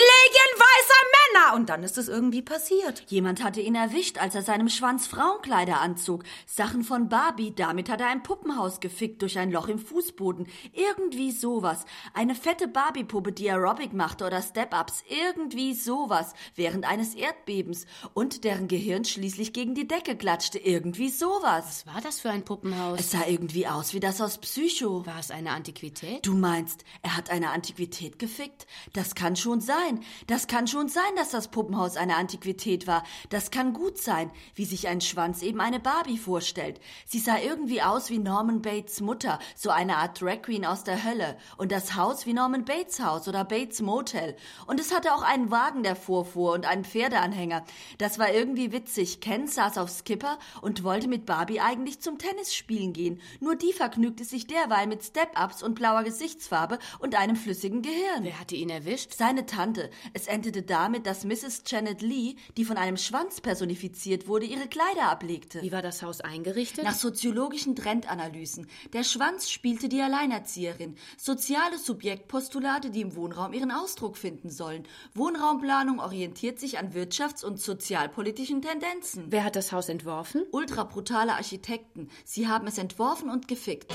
Speaker 3: weißer Männer! Und dann ist es irgendwie passiert.
Speaker 4: Jemand hatte ihn erwischt, als er seinem Schwanz Frauenkleider anzog. Sachen von Barbie, damit hat er ein Puppenhaus gefickt durch ein Loch im Fußboden. Irgendwie sowas. Eine fette Barbie-Puppe, die Aerobic machte oder Step-Ups. Irgendwie sowas. Während eines Erdbebens. Und deren Gehirn schließlich gegen die Decke klatschte. Irgendwie sowas.
Speaker 2: Was war das für ein Puppenhaus?
Speaker 4: Es sah irgendwie aus wie das aus Psycho.
Speaker 2: war es eine Antiquität?
Speaker 4: Du meinst, er hat eine Antiquität gefickt? Das kann schon sein. Das kann schon sein, dass das Puppenhaus eine Antiquität war. Das kann gut sein, wie sich ein Schwanz eben eine Barbie vorstellt. Sie sah irgendwie aus wie Norman Bates Mutter, so eine Art Drag Queen aus der Hölle. Und das Haus wie Norman Bates Haus oder Bates Motel. Und es hatte auch einen Wagen, der vorfuhr und einen Pferdeanhänger. Das war irgendwie witzig. Ken saß auf Skipper und wollte mit Barbie eigentlich zum Tennis spielen gehen. Nur die vergnügte sich derweil mit Step-Ups und blauer Gesichtsfarbe und einem flüssigen Gehirn.
Speaker 2: Wer hatte ihn erwischt?
Speaker 4: Seine Tante. Es endete damit, dass Mrs. Janet Lee, die von einem Schwanz personifiziert wurde, ihre Kleider ablegte.
Speaker 2: Wie war das Haus eingerichtet?
Speaker 4: Nach soziologischen Trendanalysen. Der Schwanz spielte die Alleinerzieherin. Soziale Subjektpostulate, die im Wohnraum ihren Ausdruck finden sollen. Wohnraumplanung orientiert sich an wirtschafts- und sozialpolitischen Tendenzen.
Speaker 2: Wer hat das Haus entworfen?
Speaker 4: Ultrabrutale Architekten. Sie haben es entworfen und gefickt.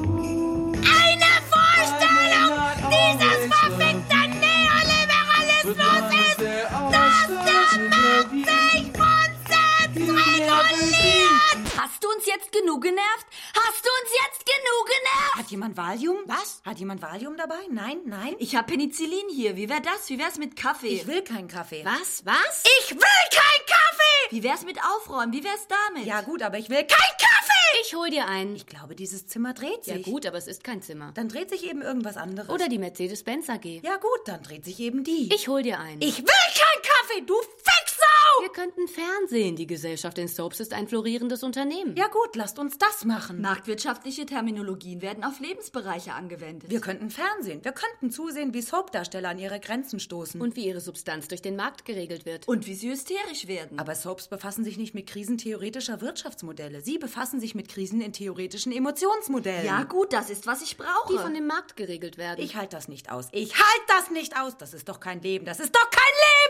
Speaker 6: Eine Vorstellung dieses verfickten
Speaker 5: But
Speaker 6: Neoliberalismus
Speaker 5: long as
Speaker 6: ist,
Speaker 5: there are
Speaker 6: dass
Speaker 5: stars
Speaker 6: der
Speaker 5: in
Speaker 6: Markt
Speaker 5: the
Speaker 6: sich von selbst
Speaker 5: view, you'll never be
Speaker 4: Hast du uns jetzt genug genervt? Hast du uns jetzt genug genervt?
Speaker 3: Hat jemand Valium? Was? Hat jemand Valium dabei? Nein, nein.
Speaker 4: Ich habe Penicillin hier. Wie wär das? Wie wär's mit Kaffee?
Speaker 3: Ich will keinen Kaffee.
Speaker 2: Was? Was?
Speaker 3: Ich will keinen Kaffee!
Speaker 4: Wie wär's mit Aufräumen? Wie wär's damit?
Speaker 3: Ja gut, aber ich will keinen Kaffee!
Speaker 2: Ich hol dir einen.
Speaker 3: Ich glaube, dieses Zimmer dreht
Speaker 2: ja
Speaker 3: sich.
Speaker 2: gut, aber es ist kein Zimmer.
Speaker 3: Dann dreht sich eben irgendwas anderes.
Speaker 2: Oder die Mercedes-Benz AG.
Speaker 3: Ja gut, dann dreht sich eben die.
Speaker 2: Ich hol dir einen.
Speaker 3: Ich will keinen Kaffee, du Fixsau!
Speaker 2: Wir könnten fernsehen. Die Gesellschaft in Soaps ist ein florierendes Unternehmen.
Speaker 3: Ja gut, lasst uns das machen.
Speaker 4: Marktwirtschaftliche Terminologien werden auf Lebensbereiche angewendet.
Speaker 3: Wir könnten Fernsehen. Wir könnten zusehen, wie Soapdarsteller an ihre Grenzen stoßen.
Speaker 2: Und wie ihre Substanz durch den Markt geregelt wird.
Speaker 4: und wie sie hysterisch werden.
Speaker 3: aber Soaps befassen sich nicht mit Krisen theoretischer Wirtschaftsmodelle. Sie befassen sich mit Krisen in theoretischen Emotionsmodellen.
Speaker 4: ja gut, das ist, was ich brauche.
Speaker 2: die von dem Markt geregelt werden.
Speaker 3: Ich halte das nicht aus. Ich halte das nicht aus. Das ist doch kein Leben. Das ist doch kein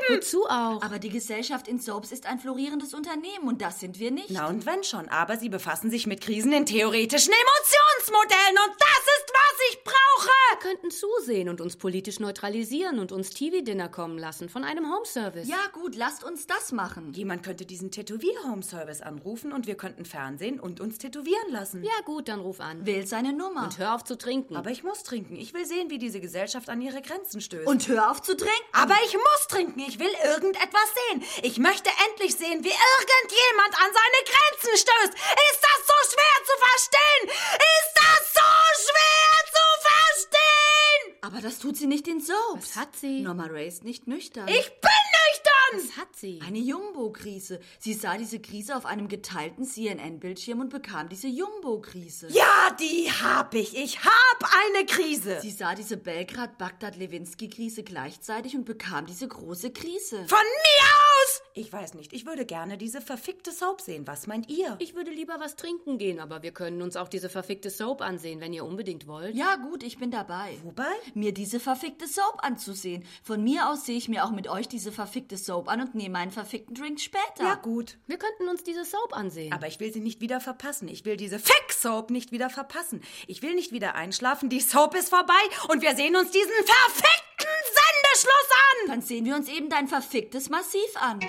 Speaker 3: Leben!
Speaker 2: Wozu auch?
Speaker 4: aber die Gesellschaft in Soaps ist ein florierendes Unternehmen und das sind wir nicht.
Speaker 2: Genau.
Speaker 3: Na und wenn schon, aber sie befassen sich mit Krisen in theoretischen Emotionsmodellen und das ist, was ich brauche!
Speaker 2: wir könnten zusehen und uns politisch neutralisieren und uns TV-Dinner kommen lassen von einem Homeservice.
Speaker 4: Ja gut, lasst uns das machen.
Speaker 3: Jemand könnte diesen Tätowier-Home-Service anrufen und wir könnten Fernsehen und uns tätowieren lassen.
Speaker 2: Ja, gut, dann ruf an.
Speaker 4: Wählt seine Nummer.
Speaker 2: Und hör auf zu trinken.
Speaker 3: Aber ich muss trinken. Ich will sehen, wie diese Gesellschaft an ihre Grenzen stößt.
Speaker 4: Und hör auf zu trinken.
Speaker 3: aber ich muss trinken. Ich will irgendetwas sehen. Ich möchte endlich sehen, wie irgendjemand an seine Grenzen stößt. Ist das so schwer zu verstehen? Ist das so schwer zu verstehen?
Speaker 4: Aber das tut sie nicht in Soaps.
Speaker 2: Was hat sie?
Speaker 4: Norma Ray ist nicht nüchtern.
Speaker 3: Ich bin nüchtern!
Speaker 2: Was hat sie?
Speaker 4: Eine Jumbo-Krise. Sie sah diese Krise auf einem geteilten CNN-Bildschirm und bekam diese Jumbo-Krise.
Speaker 3: Ja, die hab ich. Ich hab eine Krise.
Speaker 4: Sie sah diese Belgrad-Bagdad-Lewinsky-Krise gleichzeitig und bekam diese große Krise.
Speaker 3: Von mir aus! Ich weiß nicht. Ich würde gerne diese verfickte Soap sehen. Was meint ihr?
Speaker 2: Ich würde lieber was trinken gehen, aber wir können uns auch diese verfickte Soap ansehen, wenn ihr unbedingt wollt.
Speaker 4: Ja, gut, ich bin dabei.
Speaker 3: Wobei?
Speaker 4: Mir diese verfickte Soap anzusehen. Von mir aus sehe ich mir auch mit euch diese verfickte Soap an und nehme einen verfickten Drink später.
Speaker 3: Ja, gut.
Speaker 2: Wir könnten uns diese Soap ansehen.
Speaker 3: Aber ich will sie nicht wieder verpassen. Ich will diese Fick-Soap nicht wieder verpassen. Ich will nicht wieder einschlafen. Die Soap ist vorbei und wir sehen uns diesen verfickten Sendeschluss an.
Speaker 4: Dann sehen wir uns eben dein verficktes Massiv an.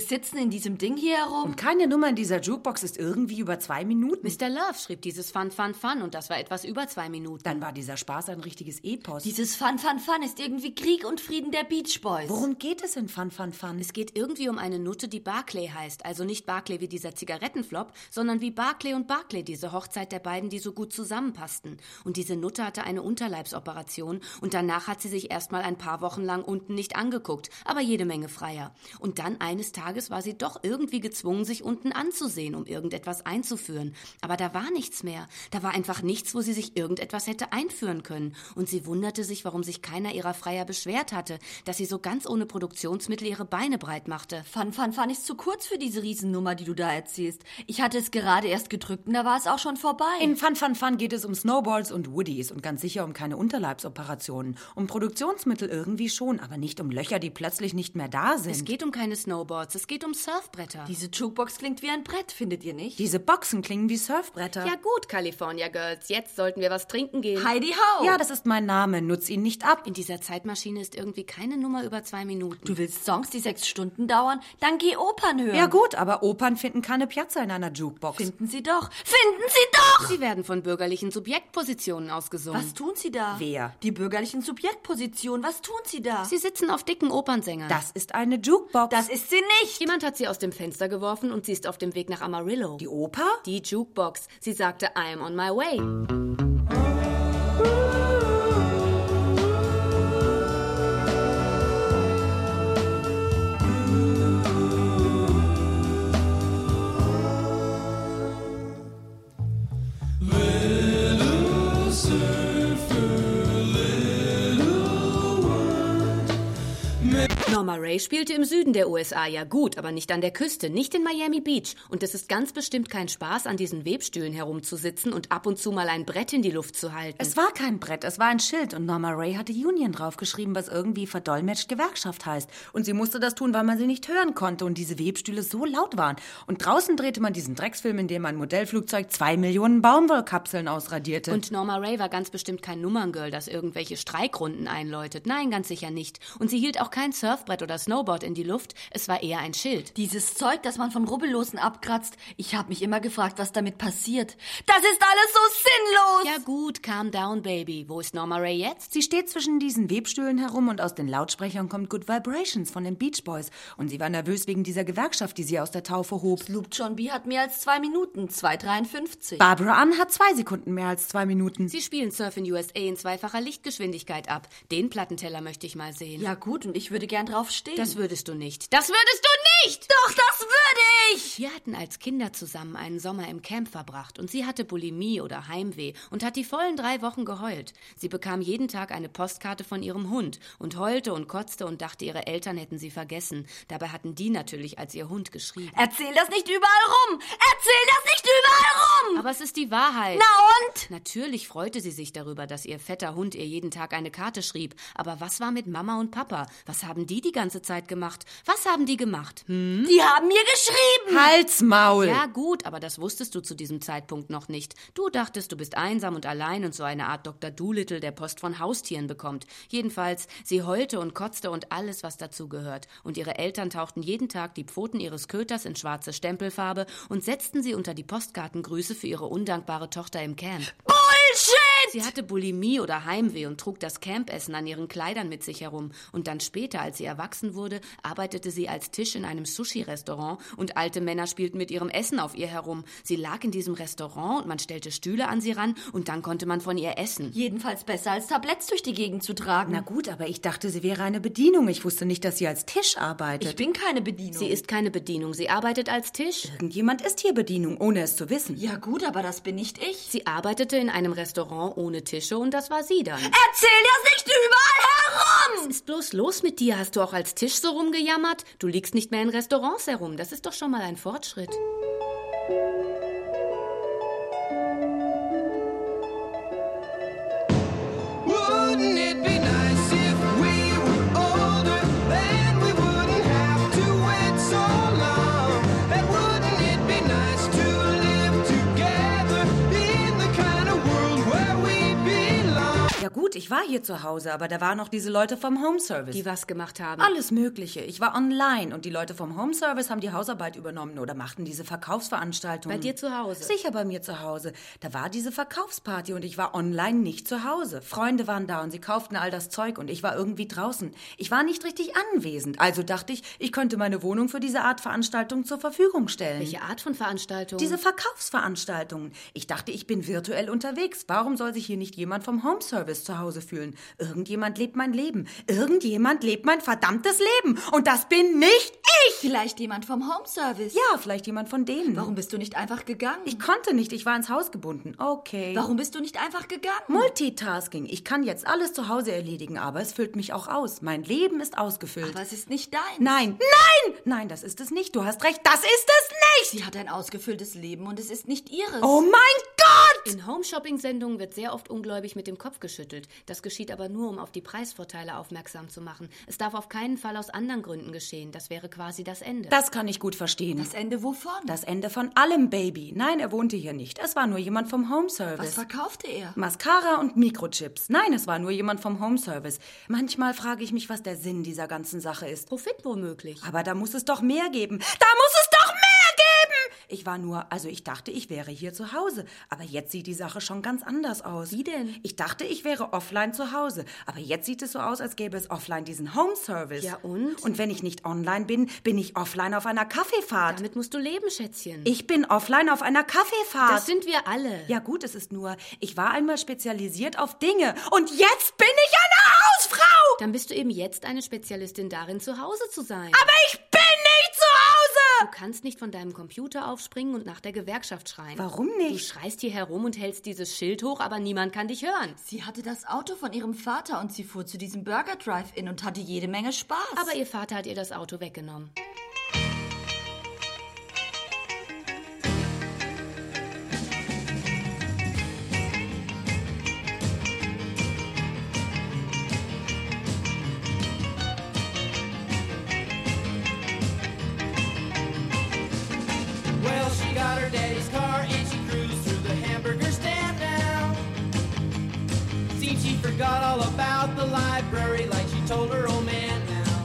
Speaker 4: sitzen in diesem Ding hier herum.
Speaker 3: Und keine Nummer in dieser Jukebox ist irgendwie über zwei Minuten.
Speaker 2: Mr. Love schrieb dieses Fun, Fun, Fun und das war etwas über zwei Minuten.
Speaker 3: Dann war dieser Spaß ein richtiges Epos.
Speaker 4: Dieses Fun, Fun, Fun ist irgendwie Krieg und Frieden der Beach Boys.
Speaker 3: Worum geht es in Fun Fun Fun?
Speaker 2: Es geht irgendwie um eine Nutte, die Barclay heißt. Also nicht Barclay wie dieser Zigarettenflop, sondern wie Barclay und Barclay, diese Hochzeit der beiden, die so gut zusammenpassten. Und diese Nutte hatte eine Unterleibsoperation und danach hat sie sich erstmal ein paar Wochen lang unten nicht angeguckt, aber jede Menge freier. Und dann eines Tages war sie doch irgendwie gezwungen, sich unten anzusehen, um irgendetwas einzuführen. Aber da war nichts mehr. Da war einfach nichts, wo sie sich irgendetwas hätte einführen können. Und sie wunderte sich, warum sich keiner ihrer Freier beschwert hatte, dass sie so ganz ohne Produktionsmittel ihre Beine breit machte.
Speaker 4: Fun, Fun, Fun ist zu kurz für diese Riesennummer, die du da erzählst. Ich hatte es gerade erst gedrückt und da war es auch schon vorbei.
Speaker 3: In Fun Fun Fun geht es um Snowballs und Woodies und ganz sicher um keine Unterleibsoperationen. Um Produktionsmittel irgendwie schon, aber nicht um Löcher, die plötzlich nicht mehr da sind.
Speaker 2: Es geht um keine Snowboards, es geht um Surfbretter.
Speaker 4: diese Jukebox klingt wie ein Brett, findet ihr nicht?
Speaker 3: Diese Boxen klingen wie Surfbretter.
Speaker 2: ja gut, California Girls, jetzt sollten wir was trinken gehen.
Speaker 4: Heidi Ho!
Speaker 3: ja, das ist mein Name. Nutz ihn nicht ab.
Speaker 2: In dieser Zeitmaschine ist irgendwie keine Nummer über zwei Minuten.
Speaker 4: Du willst Songs, die sechs Stunden dauern? Dann geh Opern hören.
Speaker 3: Ja gut, aber Opern finden keine Piazza in einer Jukebox.
Speaker 4: Finden sie doch. Finden sie doch!
Speaker 2: Sie werden von bürgerlichen Subjektpositionen ausgesungen.
Speaker 4: Was tun sie da?
Speaker 3: Wer?
Speaker 4: Die bürgerlichen Subjektpositionen. Was tun sie da?
Speaker 2: Sie sitzen auf dicken Opernsängern.
Speaker 3: das ist eine Jukebox.
Speaker 4: das ist sie nicht.
Speaker 2: Jemand hat sie aus dem Fenster geworfen und sie ist auf dem Weg nach Amarillo.
Speaker 3: die Oper?
Speaker 2: Die Jukebox. Sie sagte, I'm on my way. Norma Ray spielte im Süden der USA, ja gut, aber nicht an der Küste, nicht in Miami Beach. Und es ist ganz bestimmt kein Spaß, an diesen Webstühlen herumzusitzen und ab und zu mal ein Brett in die Luft zu halten.
Speaker 3: Es war kein Brett, es war ein Schild und Norma Ray hatte Union draufgeschrieben, was irgendwie verdolmetscht Gewerkschaft heißt. Und sie musste das tun, weil man sie nicht hören konnte und diese Webstühle so laut waren. Und draußen drehte man diesen Drecksfilm, in dem ein Modellflugzeug zwei Millionen Baumwollkapseln ausradierte.
Speaker 2: Und Norma Ray war ganz bestimmt kein Nummerngirl, das irgendwelche Streikrunden einläutet. Nein, ganz sicher nicht. Und sie hielt auch kein Surfbrett oder Snowboard in die Luft. Es war eher ein Schild.
Speaker 4: Dieses Zeug, das man von Rubbellosen abkratzt. Ich habe mich immer gefragt, was damit passiert. Das ist alles so sinnlos.
Speaker 2: Ja gut, calm down, Baby. Wo ist Norma Ray jetzt?
Speaker 3: Sie steht zwischen diesen Webstühlen herum und aus den Lautsprechern kommt Good Vibrations von den Beach Boys. Und sie war nervös wegen dieser Gewerkschaft, die sie aus der Taufe hob.
Speaker 4: Loop John B. hat mehr als zwei Minuten. 2,53.
Speaker 3: Barbara Ann hat zwei Sekunden mehr als zwei Minuten.
Speaker 2: Sie spielen Surf in USA in zweifacher Lichtgeschwindigkeit ab. Den Plattenteller möchte ich mal sehen.
Speaker 4: Ja gut, und ich würde gern drauf stehen.
Speaker 2: Das würdest du nicht. Das würdest du nicht!
Speaker 4: Doch, das würde ich!
Speaker 2: Wir hatten als Kinder zusammen einen Sommer im Camp verbracht und sie hatte Bulimie oder Heimweh und hat die vollen drei Wochen geheult. Sie bekam jeden Tag eine Postkarte von ihrem Hund und heulte und kotzte und dachte, ihre Eltern hätten sie vergessen. Dabei hatten die natürlich als ihr Hund geschrieben.
Speaker 4: Erzähl das nicht überall rum! Erzähl das nicht überall rum!
Speaker 2: Aber es ist die Wahrheit.
Speaker 4: Na und?
Speaker 2: Natürlich freute sie sich darüber, dass ihr fetter Hund ihr jeden Tag eine Karte schrieb. Aber was war mit Mama und Papa? Was haben die die ganze Zeit gemacht? Was haben die gemacht? Hm?
Speaker 4: Die haben mir geschrieben!
Speaker 3: Halsmaul!
Speaker 2: Ja, gut, aber das wusstest du zu diesem Zeitpunkt noch nicht. Du dachtest, du bist einsam und allein und so eine Art Dr. Doolittle, der Post von Haustieren bekommt. Jedenfalls, sie heulte und kotzte und alles, was dazu gehört. Und ihre Eltern tauchten jeden Tag die Pfoten ihres Köters in schwarze Stempelfarbe und setzten sie unter die Postkartengrüße für ihre undankbare Tochter im Camp.
Speaker 4: Bullshit!
Speaker 2: Sie hatte Bulimie oder Heimweh und trug das Campessen an ihren Kleidern mit sich herum. Und dann später, als sie erwachsen wurde, arbeitete sie als Tisch in einem Sushi-Restaurant und alte Männer spielten mit ihrem Essen auf ihr herum. Sie lag in diesem Restaurant und man stellte Stühle an sie ran und dann konnte man von ihr essen.
Speaker 4: Jedenfalls besser als Tabletts durch die Gegend zu tragen.
Speaker 3: Na gut, aber ich dachte, sie wäre eine Bedienung. Ich wusste nicht, dass sie als Tisch arbeitet.
Speaker 4: ich bin keine Bedienung.
Speaker 2: Sie ist keine Bedienung, sie arbeitet als Tisch.
Speaker 3: Irgendjemand ist hier Bedienung, ohne es zu wissen.
Speaker 4: ja gut, aber das bin nicht ich.
Speaker 2: Sie arbeitete in einem Restaurant ohne Tische und das war sie dann.
Speaker 4: Erzähl das nicht überall herum!
Speaker 2: Was ist bloß los mit dir? Hast du auch als Tisch so rumgejammert? Du liegst nicht mehr in Restaurants herum. Das ist doch schon mal ein Fortschritt.
Speaker 5: Wouldn't it be nice if we were older? Then we wouldn't have to wait so long. And wouldn't it be nice to live together in the kind of world where we belong?
Speaker 3: Ja gut, ich war war hier zu Hause, aber da waren auch diese Leute vom Home Service.
Speaker 2: die was gemacht haben.
Speaker 3: Alles Mögliche. Ich war online und die Leute vom Home Service haben die Hausarbeit übernommen oder machten diese Verkaufsveranstaltungen.
Speaker 2: Bei dir zu Hause?
Speaker 3: Sicher bei mir zu Hause. Da war diese Verkaufsparty und ich war online nicht zu Hause. Freunde waren da und sie kauften all das Zeug und ich war irgendwie draußen. Ich war nicht richtig anwesend. Also dachte ich, ich könnte meine Wohnung für diese Art Veranstaltung zur Verfügung stellen.
Speaker 2: Welche Art von Veranstaltung?
Speaker 3: Diese Verkaufsveranstaltungen. Ich dachte, ich bin virtuell unterwegs. Warum soll sich hier nicht jemand vom Home Service zu Hause fühlen? Irgendjemand lebt mein Leben. Irgendjemand lebt mein verdammtes Leben. Und das bin nicht ich.
Speaker 4: Vielleicht jemand vom Home Service.
Speaker 3: Ja, vielleicht jemand von denen.
Speaker 4: Warum bist du nicht einfach gegangen?
Speaker 3: Ich konnte nicht. Ich war ins Haus gebunden. Okay.
Speaker 4: Warum bist du nicht einfach gegangen?
Speaker 3: Multitasking. Ich kann jetzt alles zu Hause erledigen, aber es füllt mich auch aus. Mein Leben ist ausgefüllt.
Speaker 4: Aber es ist nicht dein.
Speaker 3: Nein, nein, nein, das ist es nicht. Du hast recht, das ist es nicht.
Speaker 4: Sie hat ein ausgefülltes Leben und es ist nicht ihres.
Speaker 3: Oh mein Gott!
Speaker 2: In Home-Shopping-Sendungen wird sehr oft ungläubig mit dem Kopf geschüttelt. Das geschieht aber nur, um auf die Preisvorteile aufmerksam zu machen. Es darf auf keinen Fall aus anderen Gründen geschehen. Das wäre quasi das Ende.
Speaker 3: Das kann ich gut verstehen.
Speaker 4: Das Ende wovon?
Speaker 3: Das Ende von allem, Baby. Nein, er wohnte hier nicht. Es war nur jemand vom Home
Speaker 4: Was
Speaker 3: Service.
Speaker 4: verkaufte er?
Speaker 3: Mascara und Mikrochips. Nein, es war nur jemand vom Home Service. Manchmal frage ich mich, was der Sinn dieser ganzen Sache ist.
Speaker 2: Profit womöglich.
Speaker 3: Aber da muss es doch mehr geben. Da muss es doch mehr geben! Ich war nur, also ich dachte, ich wäre hier zu Hause. Aber jetzt sieht die Sache schon ganz anders aus.
Speaker 2: Wie denn?
Speaker 3: Ich dachte, ich wäre offline zu Hause. Aber jetzt sieht es so aus, als gäbe es offline diesen Home Service.
Speaker 2: Ja, und?
Speaker 3: Und wenn ich nicht online bin, bin ich offline auf einer Kaffeefahrt.
Speaker 2: Damit musst du leben, Schätzchen.
Speaker 3: Ich bin offline auf einer Kaffeefahrt.
Speaker 2: das sind wir alle.
Speaker 3: ja gut, es ist nur, ich war einmal spezialisiert auf Dinge und jetzt bin ich eine Hausfrau.
Speaker 2: Dann bist du eben jetzt eine Spezialistin darin, zu Hause zu sein.
Speaker 3: Aber ich bin nicht zu
Speaker 2: Du kannst nicht von deinem Computer aufspringen und nach der Gewerkschaft schreien.
Speaker 3: Warum
Speaker 2: Du
Speaker 3: nicht?
Speaker 2: schreist hier herum und hältst dieses Schild hoch, aber niemand kann dich hören.
Speaker 4: Sie hatte das Auto von ihrem Vater und sie fuhr zu diesem Burger Drive-In und hatte jede Menge Spaß.
Speaker 2: Aber ihr Vater hat ihr das Auto weggenommen.
Speaker 5: Well, she got her daddy's car and she cruised through the hamburger stand now. Seems she forgot all about the library, like she told her old man now.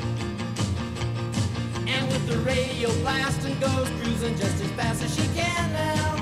Speaker 5: And with the radio blasting, goes cruising just as fast as she can now.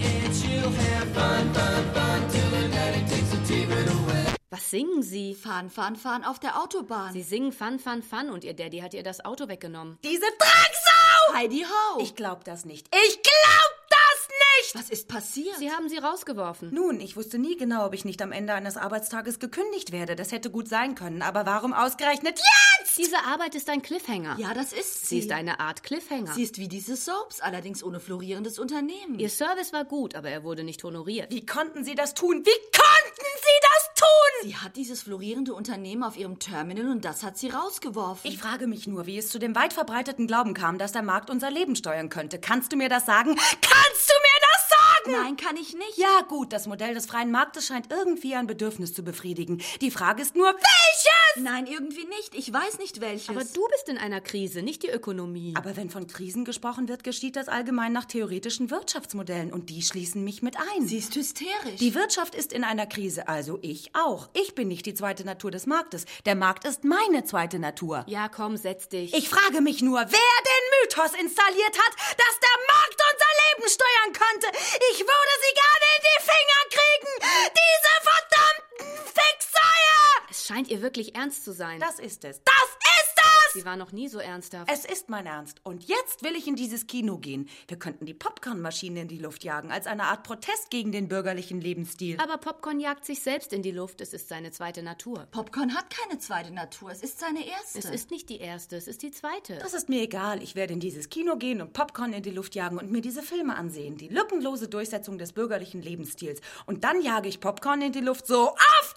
Speaker 5: And she'll have fun, fun, fun till her daddy takes the T-bird away.
Speaker 2: Was singen sie?
Speaker 4: fahren, fahren, fahren auf der Autobahn.
Speaker 2: Sie singen Fun, Fun, Fun und ihr Daddy hat ihr das Auto weggenommen.
Speaker 3: Diese Drecksau!
Speaker 4: Heidi Ho.
Speaker 3: Ich glaub das nicht. Ich glaub das nicht!
Speaker 4: Was ist passiert?
Speaker 2: Sie haben sie rausgeworfen.
Speaker 3: Nun, ich wusste nie genau, ob ich nicht am Ende eines Arbeitstages gekündigt werde. Das hätte gut sein können, aber warum ausgerechnet jetzt?
Speaker 2: Diese Arbeit ist ein Cliffhanger.
Speaker 4: ja, das ist sie.
Speaker 2: Sie ist eine Art Cliffhanger.
Speaker 4: Sie ist wie diese Soaps, allerdings ohne florierendes Unternehmen.
Speaker 2: ihr Service war gut, aber er wurde nicht honoriert.
Speaker 3: Wie konnten Sie das tun? Wie konnten Sie das tun?
Speaker 4: sie hat dieses florierende Unternehmen auf ihrem Terminal und das hat sie rausgeworfen.
Speaker 3: Ich frage mich nur, wie es zu dem weit verbreiteten Glauben kam, dass der Markt unser Leben steuern könnte. Kannst du mir das sagen? Kannst du mir das sagen?
Speaker 4: Nein, kann ich nicht.
Speaker 3: Ja, gut, das Modell des freien Marktes scheint irgendwie ein Bedürfnis zu befriedigen. Die Frage ist nur, welches?
Speaker 4: Nein, irgendwie nicht. Ich weiß nicht welches.
Speaker 2: Aber du bist in einer Krise, nicht die Ökonomie.
Speaker 3: Aber wenn von Krisen gesprochen wird, geschieht das allgemein nach theoretischen Wirtschaftsmodellen und die schließen mich mit ein.
Speaker 4: sie ist hysterisch.
Speaker 3: die Wirtschaft ist in einer Krise, also ich auch. Ich bin nicht die zweite Natur des Marktes. Der Markt ist meine zweite Natur.
Speaker 2: ja, komm, setz dich.
Speaker 3: Ich frage mich nur, wer den Mythos installiert hat, dass der Markt unser Leben steuern könnte. Ich würde sie gerne in die Finger kriegen. Diese verdammten Fixeier!
Speaker 2: es scheint ihr wirklich ernst zu sein.
Speaker 3: Das ist es. Das ist es!
Speaker 2: sie war noch nie so ernsthaft.
Speaker 3: Es ist mein Ernst. Und jetzt will ich in dieses Kino gehen. Wir könnten die Popcornmaschine in die Luft jagen, als eine Art Protest gegen den bürgerlichen Lebensstil.
Speaker 2: aber Popcorn jagt sich selbst in die Luft. Es ist seine zweite Natur.
Speaker 4: Popcorn hat keine zweite Natur. Es ist seine erste.
Speaker 2: Es ist nicht die erste, es ist die zweite.
Speaker 3: Das ist mir egal. Ich werde in dieses Kino gehen und Popcorn in die Luft jagen und mir diese Filme ansehen. Die lückenlose Durchsetzung des bürgerlichen Lebensstils. Und dann jage ich Popcorn in die Luft so oft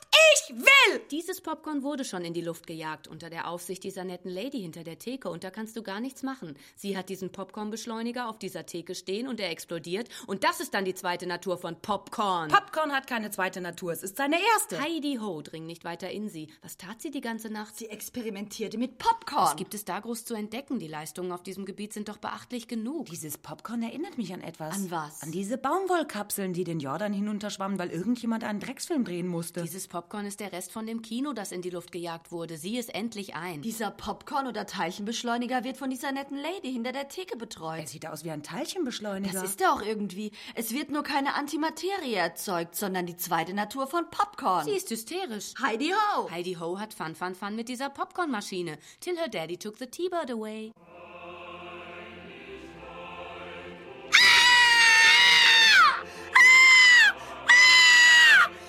Speaker 3: ich will.
Speaker 2: Dieses Popcorn wurde schon in die Luft gejagt, unter der Aufsicht dieser netten Lady hinter der Theke, und da kannst du gar nichts machen. Sie hat diesen Popcornbeschleuniger auf dieser Theke stehen und er explodiert, und das ist dann die zweite Natur von Popcorn.
Speaker 3: Popcorn hat keine zweite Natur. Es ist seine erste.
Speaker 2: Heidi Ho dring nicht weiter in sie. Was tat sie die ganze Nacht?
Speaker 4: sie experimentierte mit Popcorn.
Speaker 2: Was gibt es da groß zu entdecken? Die Leistungen auf diesem Gebiet sind doch beachtlich genug.
Speaker 3: Dieses Popcorn erinnert mich an etwas.
Speaker 4: An was?
Speaker 3: An diese Baumwollkapseln, die den Jordan hinunterschwammen, weil irgendjemand einen Drecksfilm drehen musste.
Speaker 2: Dieses Popcorn Popcorn ist der Rest von dem Kino, das in die Luft gejagt wurde. Sieh es endlich ein.
Speaker 4: Dieser Popcorn- oder Teilchenbeschleuniger wird von dieser netten Lady hinter der Theke
Speaker 3: Er
Speaker 2: Äh,
Speaker 4: betreut.
Speaker 3: sieht aus wie ein Teilchenbeschleuniger.
Speaker 4: Das ist er auch irgendwie. Es wird nur keine Antimaterie erzeugt, sondern die zweite Natur von Popcorn.
Speaker 2: Sie ist hysterisch.
Speaker 4: Heidi Ho!
Speaker 2: Heidi Ho hat Fun Fun Fun mit dieser Popcornmaschine. Till her daddy took the T-Bird away.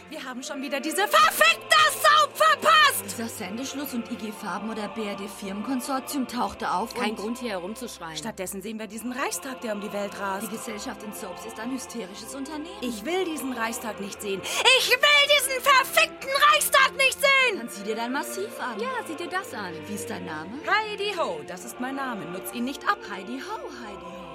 Speaker 3: Wir haben schon wieder diese verfickte Soap verpasst!
Speaker 4: Dieser Sendeschluss und IG Farben oder BRD Firmenkonsortium tauchte auf
Speaker 2: Kein
Speaker 4: und
Speaker 2: Grund hier herumzuschreien.
Speaker 3: Stattdessen sehen wir diesen Reichstag, der um die Welt
Speaker 4: die
Speaker 3: rast.
Speaker 4: Gesellschaft in Soaps ist ein hysterisches Unternehmen.
Speaker 3: Ich will diesen Reichstag nicht sehen. Ich will diesen verfickten Reichstag nicht sehen!
Speaker 4: Dann sieh dir dein Massiv an.
Speaker 2: ja, sieh dir das an.
Speaker 4: Wie ist dein Name?
Speaker 3: Heidi Ho, das ist mein Name. Nutz ihn nicht ab.
Speaker 4: Heidi Ho, Heidi Ho.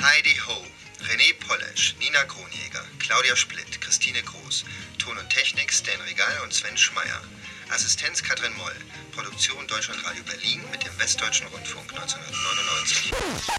Speaker 7: Heidi Ho, René Polesch, Nina Kronjäger, Claudia Splitt, Christine Groß, Ton und Technik Stan Regal und Sven Schmeier. Assistenz Katrin Moll, Produktion Deutschlandradio Berlin mit dem Westdeutschen Rundfunk 1999.